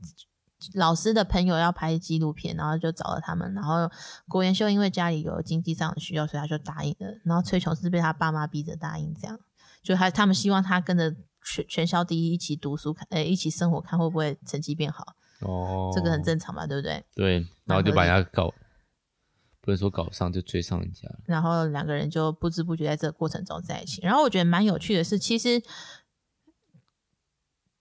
[SPEAKER 2] 老师的朋友要拍纪录片，然后就找了他们。然后郭延秀因为家里有经济上的需要，所以他就答应了。然后崔琼是被他爸妈逼着答应，这样就他他们希望他跟着全全校第一一起读书，看呃一起生活，看会不会成绩变好，
[SPEAKER 1] 哦，
[SPEAKER 2] 这个很正常嘛，对不对？
[SPEAKER 1] 对，然后
[SPEAKER 2] 蛮
[SPEAKER 1] 就
[SPEAKER 2] 合
[SPEAKER 1] 把
[SPEAKER 2] 理
[SPEAKER 1] 人家搞，不能说搞上，就追上人家了。
[SPEAKER 2] 然后两个人就不知不觉在这个过程中在一起。然后我觉得蛮有趣的是，其实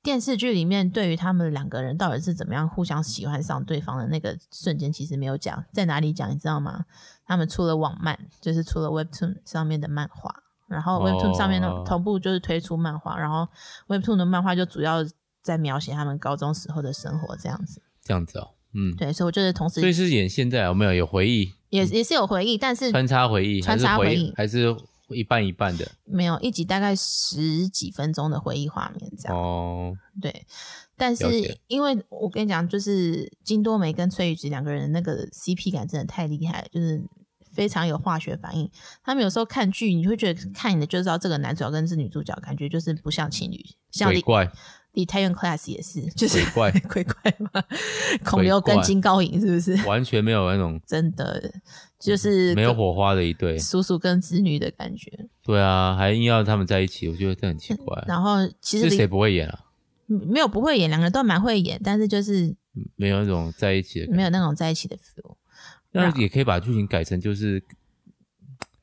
[SPEAKER 2] 电视剧里面对于他们两个人到底是怎么样互相喜欢上对方的那个瞬间，其实没有讲，在哪里讲你知道吗？他们出了网漫，就是出了 Webtoon 上面的漫画，然后
[SPEAKER 1] 哦
[SPEAKER 2] Webtoon 上面呢同步就是推出漫画，然后 Webtoon 的漫画就主要在描写他们高中时候的生活这样子。
[SPEAKER 1] 这样子哦，嗯，
[SPEAKER 2] 对，所以我就是同
[SPEAKER 1] 所以
[SPEAKER 2] 时
[SPEAKER 1] 是演现在有没有有回忆
[SPEAKER 2] 也也是有回忆，但是
[SPEAKER 1] 穿插回忆，
[SPEAKER 2] 嗯穿插
[SPEAKER 1] 还是
[SPEAKER 2] 回忆
[SPEAKER 1] 还是一半一半的
[SPEAKER 2] 没有一集大概十几分钟的回忆画面这样。
[SPEAKER 1] 哦，
[SPEAKER 2] 对，但是
[SPEAKER 1] 了解
[SPEAKER 2] 因为我跟你讲，就是金多美跟崔宇植两个人那个 CP 感真的太厉害了，就是非常有化学反应。他们有时候看剧，你会觉得看你的就知道这个男主角跟这女主角感觉就是不像情侣，像
[SPEAKER 1] 鬼
[SPEAKER 2] 李
[SPEAKER 1] 怪
[SPEAKER 2] 李泰院 class 也是，就是
[SPEAKER 1] 鬼怪
[SPEAKER 2] 鬼怪嘛，孔刘跟金高银是不是？
[SPEAKER 1] 完全没有那种
[SPEAKER 2] 真的就是
[SPEAKER 1] 嗯没有火花的一对，
[SPEAKER 2] 叔叔跟侄女的感觉。
[SPEAKER 1] 对啊，还硬要他们在一起，我觉得这很奇怪。
[SPEAKER 2] 嗯然后其实
[SPEAKER 1] 哎是谁
[SPEAKER 2] 李
[SPEAKER 1] 不会演啊？
[SPEAKER 2] 没有不会演，两个人都蛮会演，但是就是
[SPEAKER 1] 没有那种在一起的感觉，
[SPEAKER 2] 没有那种在一起的 feel。
[SPEAKER 1] 那也可以把剧情改成就是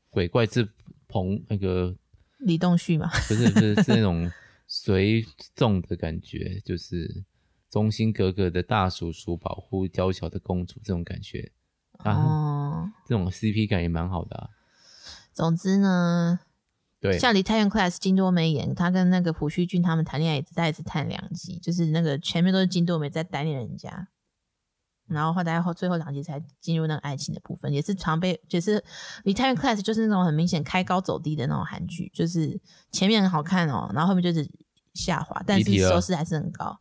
[SPEAKER 1] 鬼怪是捧那个
[SPEAKER 2] 李栋旭嘛，
[SPEAKER 1] 不是不是是那种随众的感觉，就是忠心耿耿的大叔叔保护娇小的公主这种感觉啊，
[SPEAKER 2] 哦，
[SPEAKER 1] 这种 CP 感也蛮好的啊。
[SPEAKER 2] 总之呢，
[SPEAKER 1] 对，
[SPEAKER 2] 像《梨泰院 Class》金多美演，她跟那个朴叙俊他们谈恋爱，也只在一次谈两集，就是那个前面都是金多美在单恋人家，然后后来后最后两集才进入那个爱情的部分，也是常被，就是《梨泰院 Class》就是那种很明显开高走低的那种韩剧，就是前面很好看哦，然后后面就是下滑，但
[SPEAKER 1] 离
[SPEAKER 2] 是
[SPEAKER 1] 题了嗯
[SPEAKER 2] 收视还是很高，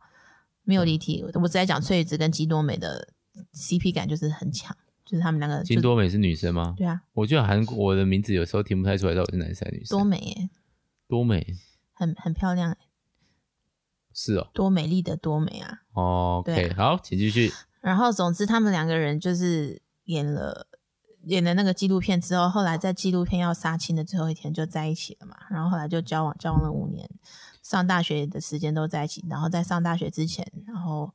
[SPEAKER 2] 没有离题。我只在讲翠子跟金多美的 CP 感就是很强，就是他们两个就
[SPEAKER 1] 金多美是女生吗？
[SPEAKER 2] 对啊，
[SPEAKER 1] 我觉得韩国我的名字有时候听不太出来到底是男生还是女生。
[SPEAKER 2] 多美耶。
[SPEAKER 1] 多美
[SPEAKER 2] 很很漂亮，
[SPEAKER 1] 是哦
[SPEAKER 2] 多美丽的多美啊！
[SPEAKER 1] 哦
[SPEAKER 2] 对
[SPEAKER 1] ，OK，
[SPEAKER 2] 啊
[SPEAKER 1] 好，请继续。
[SPEAKER 2] 然后总之他们两个人就是演了演了那个纪录片之后，后来在纪录片要杀青的最后一天就在一起了嘛，然后后来就交往交往了五年，上大学的时间都在一起，然后在上大学之前，然后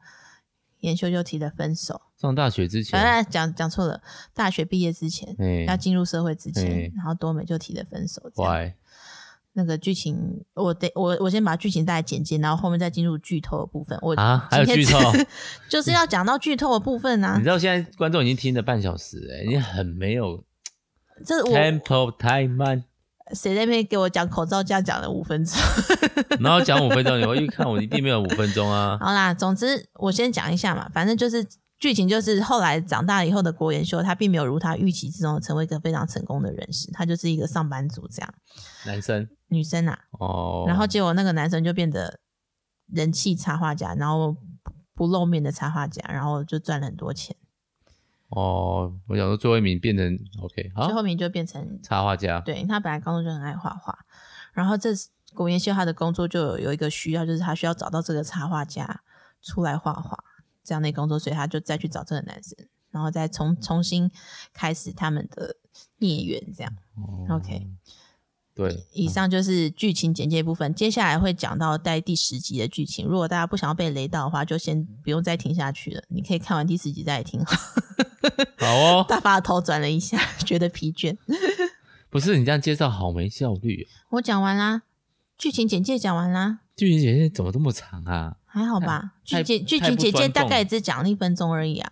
[SPEAKER 2] 研修就提了分手，
[SPEAKER 1] 上大学之前，
[SPEAKER 2] 啊，讲讲错了，大学毕业之前。
[SPEAKER 1] 哎
[SPEAKER 2] 要进入社会之前
[SPEAKER 1] 哎，
[SPEAKER 2] 然后多美就提了分手。这样
[SPEAKER 1] ，Why？
[SPEAKER 2] 那个剧情，我得我我先把剧情大概简介，然后后面再进入剧透的部分。我
[SPEAKER 1] 啊还有
[SPEAKER 2] 今天
[SPEAKER 1] 剧透 嗯
[SPEAKER 2] 就是要讲到剧透的部分 啊
[SPEAKER 1] 你。知道现在观众已经听了半小时，哎，你很没有
[SPEAKER 2] 这哦我
[SPEAKER 1] tempo 太慢，
[SPEAKER 2] 谁在那边给我讲口罩价讲了五分钟？
[SPEAKER 1] 然后讲五分钟，你会一看我一定没有五分钟啊。
[SPEAKER 2] 好啦，总之我先讲一下嘛，反正就是剧情就是后来长大以后的郭元秀，他并没有如他预期之中成为一个非常成功的人士，他就是一个上班族这样
[SPEAKER 1] 男生
[SPEAKER 2] 女生啊。
[SPEAKER 1] 哦，
[SPEAKER 2] 然后结果那个男生就变得人气插画家，然后不不露面的插画家，然后就赚了很多钱，
[SPEAKER 1] 哦，我想说最后一名变成 OK，好
[SPEAKER 2] 最，后面就变成
[SPEAKER 1] 插画家，
[SPEAKER 2] 对他本来高中就很爱画画，然后这国研秀他的工作就有有一个需要，就是他需要找到这个插画家出来画画这样的工作，所以他就再去找这个男生，然后再重重新开始他们的孽缘这样。
[SPEAKER 1] 哦
[SPEAKER 2] OK
[SPEAKER 1] 对，
[SPEAKER 2] 以上就是剧情简介部分，接下来会讲到在第十集的剧情。如果大家不想要被雷到的话，就先不用再听下去了，你可以看完第十集再来听。
[SPEAKER 1] 好哦，
[SPEAKER 2] 大发头转了一下， 觉得疲倦。
[SPEAKER 1] 不是你这样介绍好没效率哦，
[SPEAKER 2] 我讲完啦，剧情简介讲完啦。
[SPEAKER 1] 剧情简介怎么这么长啊？
[SPEAKER 2] 还好吧，剧
[SPEAKER 1] 太
[SPEAKER 2] 情剧
[SPEAKER 1] 太
[SPEAKER 2] 情
[SPEAKER 1] 不
[SPEAKER 2] 简介
[SPEAKER 1] 专
[SPEAKER 2] 大概
[SPEAKER 1] 重
[SPEAKER 2] 也只讲了一分钟而已啊，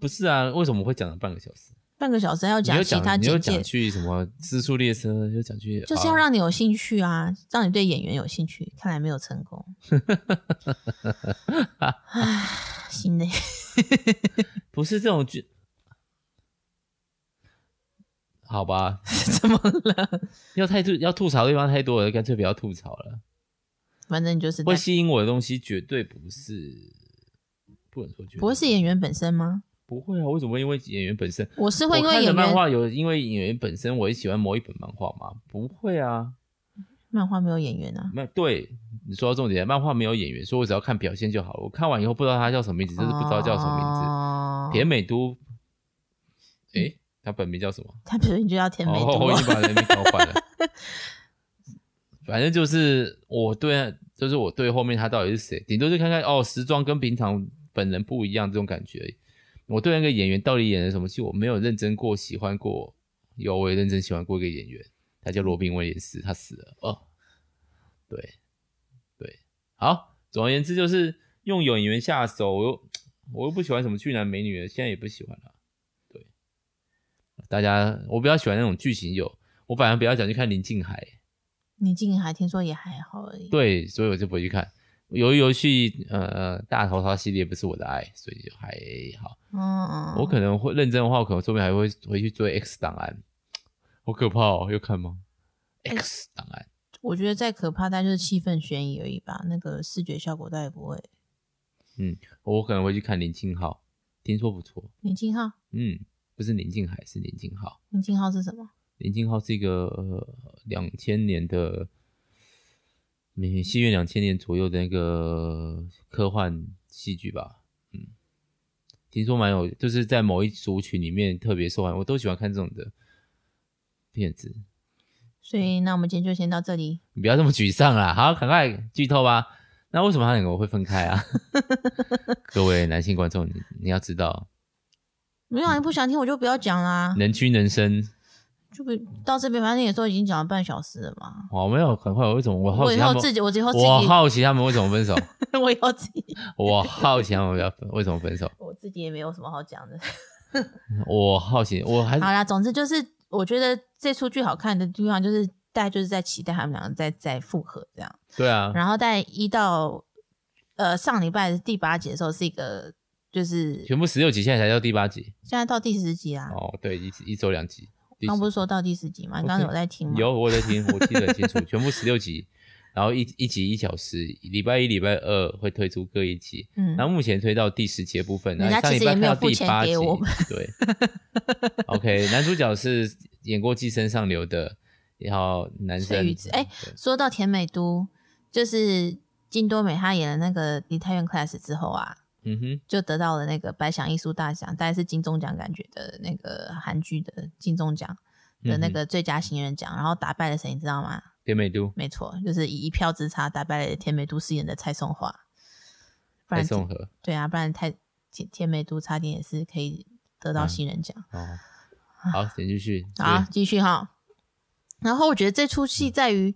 [SPEAKER 1] 不是啊，为什么会讲了半个小时？
[SPEAKER 2] 半个小时还要
[SPEAKER 1] 你又
[SPEAKER 2] 其他
[SPEAKER 1] 讲，你又讲
[SPEAKER 2] 简介，
[SPEAKER 1] 去什么私速列车，又讲去，
[SPEAKER 2] 就是要让你有兴趣啊，让你对演员有兴趣。看来没有 成功，唉，心累。
[SPEAKER 1] 啊不是这种剧，好吧？
[SPEAKER 2] 怎么了？
[SPEAKER 1] 要太吐要吐槽的地方太多了，干脆不要吐槽了。
[SPEAKER 2] 反正你就是
[SPEAKER 1] 会
[SPEAKER 2] 在
[SPEAKER 1] 吸引我的东西绝对不是，不能说绝对
[SPEAKER 2] 不会是演员本身吗？
[SPEAKER 1] 不会啊，为什么会因为演员本身？
[SPEAKER 2] 我是
[SPEAKER 1] 我
[SPEAKER 2] 会因为
[SPEAKER 1] 看的
[SPEAKER 2] 演
[SPEAKER 1] 漫
[SPEAKER 2] 员
[SPEAKER 1] 画有因为演员本身，我也喜欢某一本漫画吗？不会啊，
[SPEAKER 2] 漫画没有演员啊，
[SPEAKER 1] 那对你说到重点，漫画没有演员，所以我只要看表现就好了。我看完以后不知道他叫什么名字，就是不知道叫什么
[SPEAKER 2] 哦
[SPEAKER 1] 名字。
[SPEAKER 2] 么
[SPEAKER 1] 田
[SPEAKER 2] 字。
[SPEAKER 1] 美都，诶，他本名叫什么？
[SPEAKER 2] 他本名就叫田美
[SPEAKER 1] 哦，我已经
[SPEAKER 2] 都，
[SPEAKER 1] 把人名搞反了。反正就是我对，就是我对后面他到底是谁，顶多就看看哦，时装跟平常本人不一样这种感觉而已。我对那个演员到底演了什么戏，我没有认真过喜欢过，有我也认真喜欢过一个演员，他叫罗宾威廉斯，他死了哦。对，对，好，总而言之就是用演员下手，我又我又不喜欢什么俊男美女的，现在也不喜欢了。对，大家我比较喜欢那种剧情有，我反而比较想去看林静海，
[SPEAKER 2] 你近还听说也还好而已。
[SPEAKER 1] 对，所以我就不会去看。由于游戏呃大逃杀系列不是我的爱，所以就还好。
[SPEAKER 2] 嗯，
[SPEAKER 1] 我可能会认真的话，我可能说不定还会回去追 X 档案，好可怕哦！要看吗？X 档案
[SPEAKER 2] 我觉得再可怕，但就是气氛悬疑而已吧，那个视觉效果大概不会。
[SPEAKER 1] 我可能会去看林静浩，听说不错。
[SPEAKER 2] 林静浩，
[SPEAKER 1] 嗯，不是林静海，是林静浩。
[SPEAKER 2] 林静浩是什么？
[SPEAKER 1] 林静浩是一个呃两千、0年的，美西元两千年左右的那个科幻戏剧吧。嗯，听说蛮有，就是在某一族群里面特别受欢迎，我都喜欢看这种的片子。
[SPEAKER 2] 所以那我们今天就先到这里。
[SPEAKER 1] 你不要这么沮丧啦！好，赶快剧透吧。那为什么他两个会分开啊？ 各位男性观众，你你要知道，
[SPEAKER 2] 没有啊，你不想听我就不要讲啦，
[SPEAKER 1] 能屈能伸。
[SPEAKER 2] 就不到这边，反正也说已经讲了半小时了嘛。
[SPEAKER 1] 我没有，很快，我为什么我好
[SPEAKER 2] 我
[SPEAKER 1] 奇
[SPEAKER 2] 以
[SPEAKER 1] 他
[SPEAKER 2] 后
[SPEAKER 1] 们？
[SPEAKER 2] 自己，我以后自
[SPEAKER 1] 我
[SPEAKER 2] 己，
[SPEAKER 1] 好奇他们为什么分手？
[SPEAKER 2] 我以后自己，
[SPEAKER 1] 我好奇他们要分为什么分手？
[SPEAKER 2] 我自己也没有什么好讲的。
[SPEAKER 1] 我好奇，我还是
[SPEAKER 2] 好啦，总之就是，我觉得这出剧好看的地方就是，大家就是在期待他们两个再再复合这样。
[SPEAKER 1] 对啊，
[SPEAKER 2] 然后在一到呃上礼拜第八集的时候是一个，就是
[SPEAKER 1] 全部十六集，现在才到第八集。
[SPEAKER 2] 现在到第十集啦。
[SPEAKER 1] 哦，对，一一周两集。第
[SPEAKER 2] 啊刚
[SPEAKER 1] 十
[SPEAKER 2] 不是说到第十集吗？你刚刚有在听吗？
[SPEAKER 1] 有我有在听，我记得很清楚， 全部十六集，然后一一集一小时，礼拜一、礼拜二会推出各一集。
[SPEAKER 2] 嗯，
[SPEAKER 1] 然后目前推到第十集的部分，
[SPEAKER 2] 人家
[SPEAKER 1] 那上
[SPEAKER 2] 其
[SPEAKER 1] 礼
[SPEAKER 2] 实
[SPEAKER 1] 拜
[SPEAKER 2] 也
[SPEAKER 1] 看
[SPEAKER 2] 没有
[SPEAKER 1] 到
[SPEAKER 2] 付
[SPEAKER 1] 第
[SPEAKER 2] 钱
[SPEAKER 1] 八集
[SPEAKER 2] 给我们，
[SPEAKER 1] 对 ，OK，男主角是演过《寄生上流》的，然后男
[SPEAKER 2] 所
[SPEAKER 1] 生
[SPEAKER 2] 以，哎
[SPEAKER 1] 对
[SPEAKER 2] 说到甜美都，就是金多美她演了那个《梨泰院 Class》之后啊，
[SPEAKER 1] 嗯哼，
[SPEAKER 2] 就得到了那个百想艺术大奖，大概是金钟奖感觉的那个韩剧的金钟奖
[SPEAKER 1] 嗯
[SPEAKER 2] 的那个最佳新人奖，然后打败了谁，你知道吗？
[SPEAKER 1] 甜美都
[SPEAKER 2] 没错，就是以一票之差打败了甜美都饰演的蔡松华，不
[SPEAKER 1] 白
[SPEAKER 2] 然
[SPEAKER 1] 颂和
[SPEAKER 2] 对啊，不然太甜甜美都差点也是可以得到
[SPEAKER 1] 嗯
[SPEAKER 2] 新人奖。
[SPEAKER 1] 哦，好，请继续
[SPEAKER 2] 好，
[SPEAKER 1] 是
[SPEAKER 2] 继续哈。然后我觉得这出
[SPEAKER 1] 嗯
[SPEAKER 2] 戏在于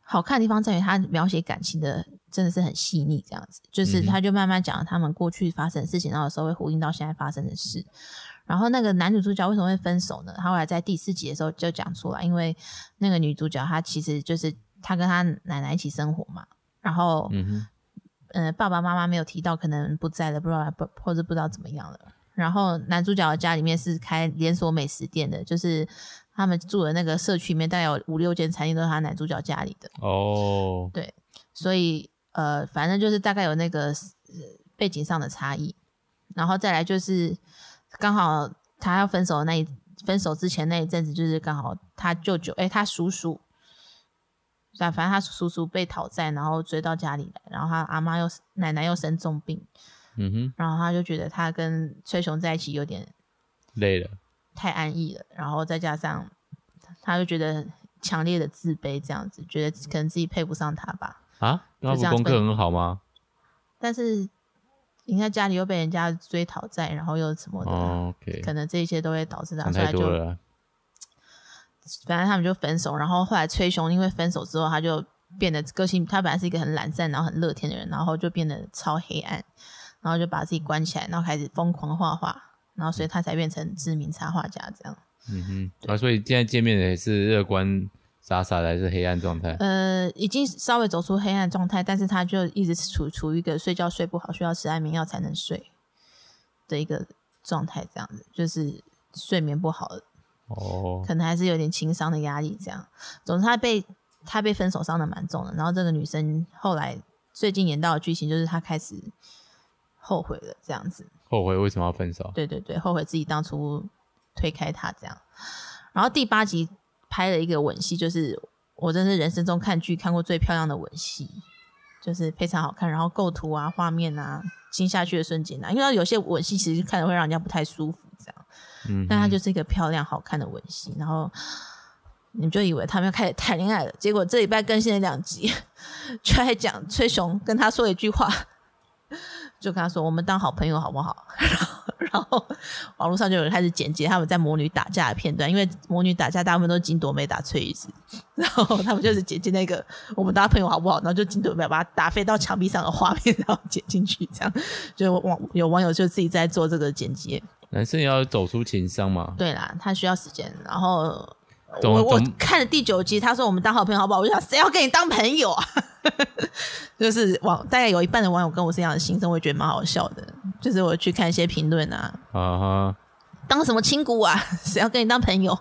[SPEAKER 2] 好看的地方在于他描写感情的真的是很细腻，这样子，就是
[SPEAKER 1] 嗯哼
[SPEAKER 2] 他就慢慢讲他们过去发生的事情，然后有时候会呼应到现在发生的事。然后那个男女主角为什么会分手呢？他后来在第四集的时候就讲出来，因为那个女主角她其实就是她跟她奶奶一起生活嘛，然后
[SPEAKER 1] 嗯哼，
[SPEAKER 2] 呃，爸爸妈妈没有提到，可能不在了，不知道不或者不知道怎么样了。然后男主角的家里面是开连锁美食店的，就是他们住的那个社区里面，大概有五六间餐厅都是他男主角家里的，
[SPEAKER 1] 哦，
[SPEAKER 2] 所以呃，反正就是大概有那个呃背景上的差异。然后再来就是刚好他要分手的那一分手之前那一阵子，就是刚好他舅舅哎、他叔叔，反反正他叔叔被讨债，然后追到家里来，然后他阿妈又奶奶又生重病，
[SPEAKER 1] 嗯哼，
[SPEAKER 2] 然后他就觉得他跟崔雄在一起有点
[SPEAKER 1] 累了，
[SPEAKER 2] 太安逸了，然后再加上他就觉得强烈的自卑，这样子觉得可能自己配不上他吧。
[SPEAKER 1] 啊，那
[SPEAKER 2] 就这
[SPEAKER 1] 不
[SPEAKER 2] 样
[SPEAKER 1] 功
[SPEAKER 2] 子
[SPEAKER 1] 课很好吗？
[SPEAKER 2] 但是你看家里又被人家追讨债，然后又什么的，
[SPEAKER 1] 哦，OK，
[SPEAKER 2] 啊可能这一些都会导致他，
[SPEAKER 1] 想
[SPEAKER 2] 所以
[SPEAKER 1] 太
[SPEAKER 2] 他
[SPEAKER 1] 多
[SPEAKER 2] 就
[SPEAKER 1] 了啦，
[SPEAKER 2] 反正他们就分手。然后后来崔雄因为分手之后，他就变得个性，他本来是一个很懒散，然后很乐天的人，然后就变得超黑暗，然后就把自己关起来，然后开始疯狂画画，然后所以他才变成知名插画家这样。
[SPEAKER 1] 嗯哼，啊，所以现在见面的也是乐观傻傻的，还是黑暗状态？
[SPEAKER 2] 呃，已经稍微走出黑暗状态，但是他就一直处处于一个睡觉睡不好，需要吃安眠药才能睡的一个状态，这样子就是睡眠不好，
[SPEAKER 1] 哦，
[SPEAKER 2] 可能还是有点情商的压力这样。总之，他被他被分手伤的蛮重的，然后这个女生后来最近演到的剧情就是她开始后悔了，这样子，
[SPEAKER 1] 后悔为什么要分手？
[SPEAKER 2] 对对对，后悔自己当初推开他这样。然后第八集拍了一个吻戏，就是我真是人生中看剧看过最漂亮的吻戏，就是非常好看。然后构图啊、画面啊、亲下去的瞬间啊，因为有些吻戏其实看着会让人家不太舒服这样，
[SPEAKER 1] 嗯哼，
[SPEAKER 2] 但它就是一个漂亮好看的吻戏。然后你就以为他们要开始谈恋爱了，结果这礼拜更新了两集， 就在讲崔雄跟他说一句话。就跟他说：“我们当好朋友好不好？” 然后网络上就有人开始剪辑他们在魔女打架的片段，因为魔女打架大部分都是金朵美打翠玉子， 然后他们就是剪辑那个我们当朋友好不好？然后就金朵美把他打飞到墙壁上的画面，然后剪进去，这样就网有网友就自己在做这个剪辑。
[SPEAKER 1] 男生也要走出情商嘛，
[SPEAKER 2] 对啦，他需要时间。然后
[SPEAKER 1] 懂
[SPEAKER 2] 我我
[SPEAKER 1] 懂
[SPEAKER 2] 看了第九集，他说我们当好朋友好不好？我就想谁要跟你当朋友啊？ 就是网大概有一半的网友跟我是一样的心声，我也觉得蛮好笑的。就是我去看一些评论啊，
[SPEAKER 1] 啊哈，
[SPEAKER 2] 当什么亲姑啊， 谁要跟你当朋友？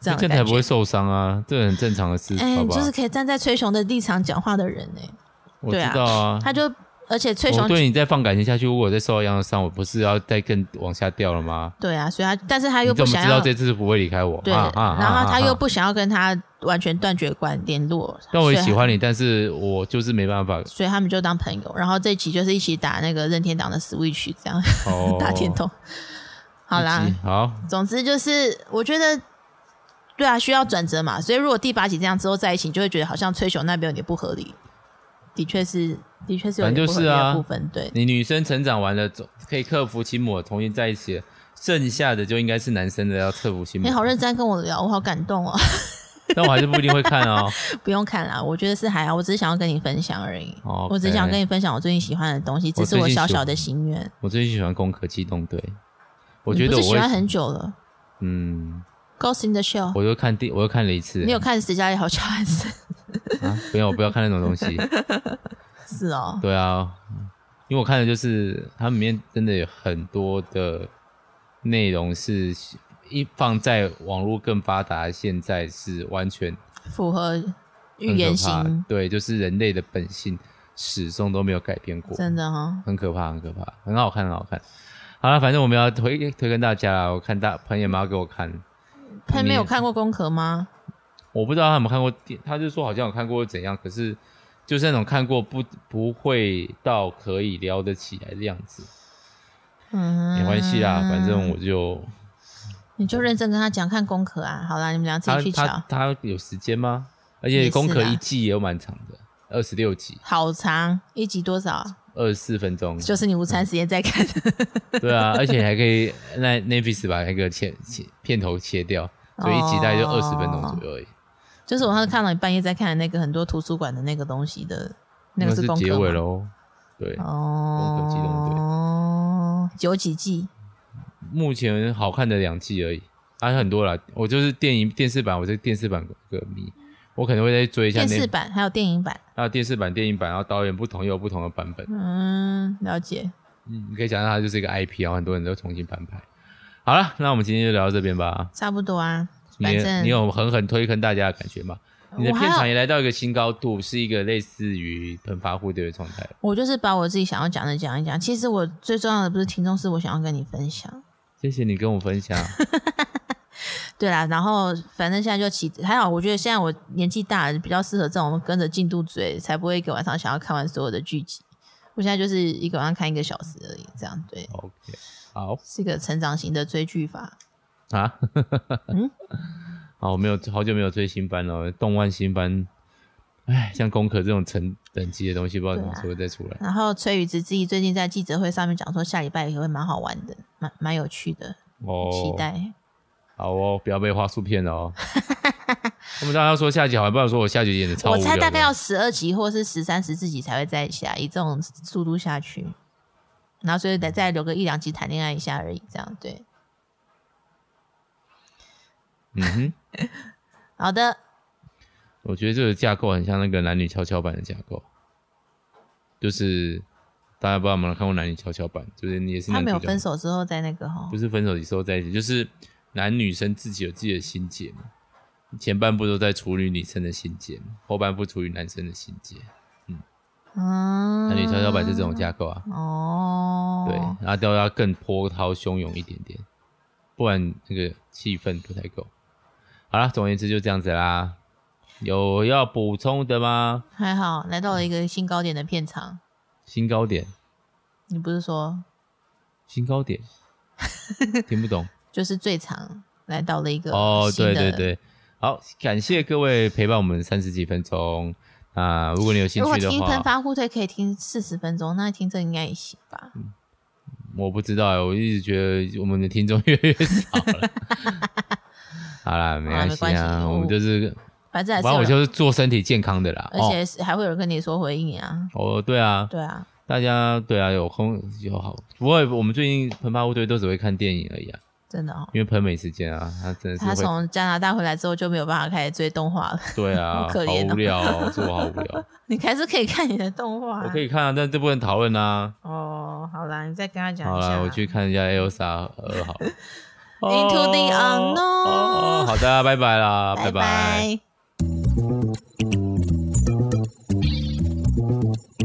[SPEAKER 2] 这样
[SPEAKER 1] 这
[SPEAKER 2] 的
[SPEAKER 1] 样才
[SPEAKER 2] 感
[SPEAKER 1] 不
[SPEAKER 2] 觉
[SPEAKER 1] 会。受伤啊，这很正常的事，
[SPEAKER 2] 哎、
[SPEAKER 1] 好
[SPEAKER 2] 你
[SPEAKER 1] 不
[SPEAKER 2] 就
[SPEAKER 1] 好
[SPEAKER 2] 是？可以站在崔雄的立场讲话的人呢、
[SPEAKER 1] 我
[SPEAKER 2] 对
[SPEAKER 1] 知
[SPEAKER 2] 啊
[SPEAKER 1] 道啊，
[SPEAKER 2] 他就而且崔雄
[SPEAKER 1] 我对你再放感情下去，如果我再受到一样的伤，我不是要再更往下掉了吗？
[SPEAKER 2] 对啊，所以他但是他
[SPEAKER 1] 你
[SPEAKER 2] 又
[SPEAKER 1] 怎
[SPEAKER 2] 不
[SPEAKER 1] 么
[SPEAKER 2] 想
[SPEAKER 1] 知
[SPEAKER 2] 要
[SPEAKER 1] 道这次不会离开我？
[SPEAKER 2] 对，
[SPEAKER 1] 啊啊啊
[SPEAKER 2] 然后他
[SPEAKER 1] 啊
[SPEAKER 2] 又
[SPEAKER 1] 啊
[SPEAKER 2] 不想要跟他完全断绝关联络，
[SPEAKER 1] 但我也喜
[SPEAKER 2] 所以
[SPEAKER 1] 欢你，但是我就是没办 法
[SPEAKER 2] 他，所以他们就当朋友。然后这一集就是一起打那个任天堂的 Switch 这样、
[SPEAKER 1] 哦
[SPEAKER 2] 打天通。好啦
[SPEAKER 1] 一，集好，
[SPEAKER 2] 总之就是我觉得。对啊，需要转折嘛，所以如果第八集这样之后在一起，你就会觉得好像崔雄那边有点不合理，的确是，的确是有
[SPEAKER 1] 反正就
[SPEAKER 2] 点不合
[SPEAKER 1] 是
[SPEAKER 2] 理
[SPEAKER 1] 啊
[SPEAKER 2] 的部分，对，
[SPEAKER 1] 你女生成长完了，总可以克服心魔，重新在一起了，剩下的就应该是男生的要克服心
[SPEAKER 2] 你
[SPEAKER 1] 魔。
[SPEAKER 2] 哎好认真跟我聊，我好感动哦。
[SPEAKER 1] 但我还是不一定会看哦。
[SPEAKER 2] 不用看啦，我觉得是还好，我只是想要跟你分享而已。
[SPEAKER 1] 哦
[SPEAKER 2] 我只想跟
[SPEAKER 1] 你，
[SPEAKER 2] 你分享我最近喜欢的东西，
[SPEAKER 1] 我
[SPEAKER 2] 只是
[SPEAKER 1] 最
[SPEAKER 2] 我
[SPEAKER 1] 近
[SPEAKER 2] 小
[SPEAKER 1] 喜
[SPEAKER 2] 小
[SPEAKER 1] 欢
[SPEAKER 2] 的心愿。
[SPEAKER 1] 我最近喜欢《攻壳机动队》，我
[SPEAKER 2] 你
[SPEAKER 1] 觉得
[SPEAKER 2] 不
[SPEAKER 1] 我
[SPEAKER 2] 是喜
[SPEAKER 1] 会
[SPEAKER 2] 欢，很久了，
[SPEAKER 1] 嗯，
[SPEAKER 2] 《Ghost in the Shell》。
[SPEAKER 1] 我又看第，我又看了一次。
[SPEAKER 2] 你有看《史嘉丽好乔安斯》
[SPEAKER 1] 啊？不要，我不要看那种东 西。
[SPEAKER 2] 是哦，
[SPEAKER 1] 对啊，因为我看的就是它里面真的有很多的内容是一放在网络更发达，现在是完全
[SPEAKER 2] 符合
[SPEAKER 1] 很可
[SPEAKER 2] 预言
[SPEAKER 1] 怕
[SPEAKER 2] 型，
[SPEAKER 1] 对，就是人类的本性始终都没有改变过，
[SPEAKER 2] 真的哈、
[SPEAKER 1] 很可怕，很可怕，很好看，很好看。好了，反正我们要推推跟大家啦，我看大朋友们要给我看，
[SPEAKER 2] 哦。他没有看过《功课》吗？
[SPEAKER 1] 我不知道他有没有看过电，他就说好像有看过怎样，可是就是那种看过不不会到可以聊得起来的样子。
[SPEAKER 2] 嗯，
[SPEAKER 1] 没关系啦，反正我就
[SPEAKER 2] 你就认真跟他讲看《功课》啊。好啦，你们俩自
[SPEAKER 1] 他
[SPEAKER 2] 己去瞧
[SPEAKER 1] 嗯他。他有时间吗？而
[SPEAKER 2] 也
[SPEAKER 1] 且
[SPEAKER 2] 是
[SPEAKER 1] 功课
[SPEAKER 2] 啦
[SPEAKER 1] 一季也有蛮长的，二十六集，
[SPEAKER 2] 好长，一集多少？
[SPEAKER 1] 二十四分钟，
[SPEAKER 2] 就是你午餐时间在看。
[SPEAKER 1] 对啊，而且还可以那 n e t f i 把那个切切片头切掉，所以一集大概就二十分钟左
[SPEAKER 2] 哦
[SPEAKER 1] 右而已。
[SPEAKER 2] 就是我上次看到你半夜在看的那个很多图书馆的那个东西的，那
[SPEAKER 1] 那
[SPEAKER 2] 个
[SPEAKER 1] 是
[SPEAKER 2] 功课
[SPEAKER 1] 结尾
[SPEAKER 2] 吗
[SPEAKER 1] 喽。对，
[SPEAKER 2] 哦，
[SPEAKER 1] 攻壳机动队
[SPEAKER 2] 九几季，
[SPEAKER 1] 目前好看的两季而已，还、有很多啦。我就是电影电视版，我是电视版歌迷，我可能会再追一下
[SPEAKER 2] 电视
[SPEAKER 1] 那
[SPEAKER 2] 版还有电影版，
[SPEAKER 1] 啊电视版、电影版，然后导演不同也有不同的版本。
[SPEAKER 2] 嗯，了解。
[SPEAKER 1] 嗯，你可以想象它就是一个 IP，然后很多人都重新翻拍。好了，那我们今天就聊到这边吧。
[SPEAKER 2] 差不多啊，
[SPEAKER 1] 你
[SPEAKER 2] 反正
[SPEAKER 1] 你有狠狠推坑大家的感觉吗？你的
[SPEAKER 2] 我
[SPEAKER 1] 片场
[SPEAKER 2] 还有
[SPEAKER 1] 也来到一个新高度，是一个类似于喷发户对的状态。
[SPEAKER 2] 我就是把我自己想要讲的讲一讲。其实我最重要的不是听众，是我想要跟你分享。
[SPEAKER 1] 谢谢你跟我分 享，
[SPEAKER 2] 对啦，然后反正现在就起，还好，我觉得现在我年纪大了，比较适合这种跟着进度追，才不会一个晚上想要看完所有的剧集。我现在就是一个晚上看一个小时而已，这样对，
[SPEAKER 1] OK，好
[SPEAKER 2] 是个成长型的追剧法。
[SPEAKER 1] 啊，
[SPEAKER 2] 嗯
[SPEAKER 1] 好，我没有好久没有追新番了，动漫新番，哎，像功课这种层等级的东西，不知
[SPEAKER 2] 啊
[SPEAKER 1] 道什么时候再出来。
[SPEAKER 2] 然后崔宇植自己最近在记者会上面讲说，下礼拜也会蛮好玩的，蛮蛮有趣的，
[SPEAKER 1] 哦，
[SPEAKER 2] 期待。
[SPEAKER 1] 好哦，不要被花束骗了 哦。我们大家说下集好玩，不然说我下集演的超无
[SPEAKER 2] 我
[SPEAKER 1] 聊的。
[SPEAKER 2] 猜大概要十二集或是十三、十四集才会在一起啊，以这种速度下去，然后所以得再留个一两集谈恋爱一下而已，这样对。
[SPEAKER 1] 嗯哼。
[SPEAKER 2] 好的，
[SPEAKER 1] 我觉得这个架构很像那个男女跷跷板的架构，就是大家不知道有没有看过男女跷跷板，就是你也是
[SPEAKER 2] 他
[SPEAKER 1] 男
[SPEAKER 2] 们
[SPEAKER 1] 主
[SPEAKER 2] 有
[SPEAKER 1] 角
[SPEAKER 2] 分手之后在那个哈
[SPEAKER 1] 不，是分手的时候在一起，就是男女生自己有自己的心结嘛，前半部都在处理女生的心结，后半部处理男生的心结。
[SPEAKER 2] 嗯，
[SPEAKER 1] 男女跷跷板是这种架构啊，
[SPEAKER 2] 哦，
[SPEAKER 1] 对，然后都要更波涛汹涌一点点，不然那个气氛不太够。好啦，总而言之就这样子啦。有要补充的吗？
[SPEAKER 2] 还好来到了一个新高点的片场，
[SPEAKER 1] 新高点。
[SPEAKER 2] 你不是说
[SPEAKER 1] 新高 点，听不懂
[SPEAKER 2] 就是最长来到了一个
[SPEAKER 1] 哦。
[SPEAKER 2] 新
[SPEAKER 1] 对对
[SPEAKER 2] 的
[SPEAKER 1] 对，好，感谢各位陪伴我们三十几分钟啊、如果你有兴
[SPEAKER 2] 如果
[SPEAKER 1] 趣的
[SPEAKER 2] 听喷
[SPEAKER 1] 话，
[SPEAKER 2] 发互推可以听四十分钟，那听这应该也行吧？
[SPEAKER 1] 嗯我不知道欸，我一直觉得我们的听众越来越少 了。好啦，没
[SPEAKER 2] 好啦
[SPEAKER 1] 关
[SPEAKER 2] 没
[SPEAKER 1] 系
[SPEAKER 2] 关
[SPEAKER 1] 啊，
[SPEAKER 2] 系
[SPEAKER 1] 我们就是，
[SPEAKER 2] 反正还
[SPEAKER 1] 反
[SPEAKER 2] 是有
[SPEAKER 1] 正我
[SPEAKER 2] 人，
[SPEAKER 1] 就是做身体健康的啦。
[SPEAKER 2] 而且是还会有人跟你说回应啊。
[SPEAKER 1] 哦，哦，对啊，
[SPEAKER 2] 对啊，
[SPEAKER 1] 大家对啊，有空有好，不过我们最近喷发部队都只会看电影而已啊，
[SPEAKER 2] 真的哦。
[SPEAKER 1] 因为喷没时间啊，他真的
[SPEAKER 2] 他
[SPEAKER 1] 是会，
[SPEAKER 2] 从加拿大回来之后就没有办法开始追动画了。
[SPEAKER 1] 对啊，
[SPEAKER 2] 好可怜哦
[SPEAKER 1] 好无聊、哦，是我好无聊。
[SPEAKER 2] 你还是可以看你的动画、
[SPEAKER 1] 我可以看啊，但这不能讨论啊。
[SPEAKER 2] 哦，好啦，你再跟他讲
[SPEAKER 1] 好
[SPEAKER 2] 一下啦。
[SPEAKER 1] 啦，我去看一下 Elsa 二好了。
[SPEAKER 2] Into the
[SPEAKER 1] 哦
[SPEAKER 2] unknown
[SPEAKER 1] 哦好的，拜拜啦，
[SPEAKER 2] 拜
[SPEAKER 1] 拜。
[SPEAKER 2] 拜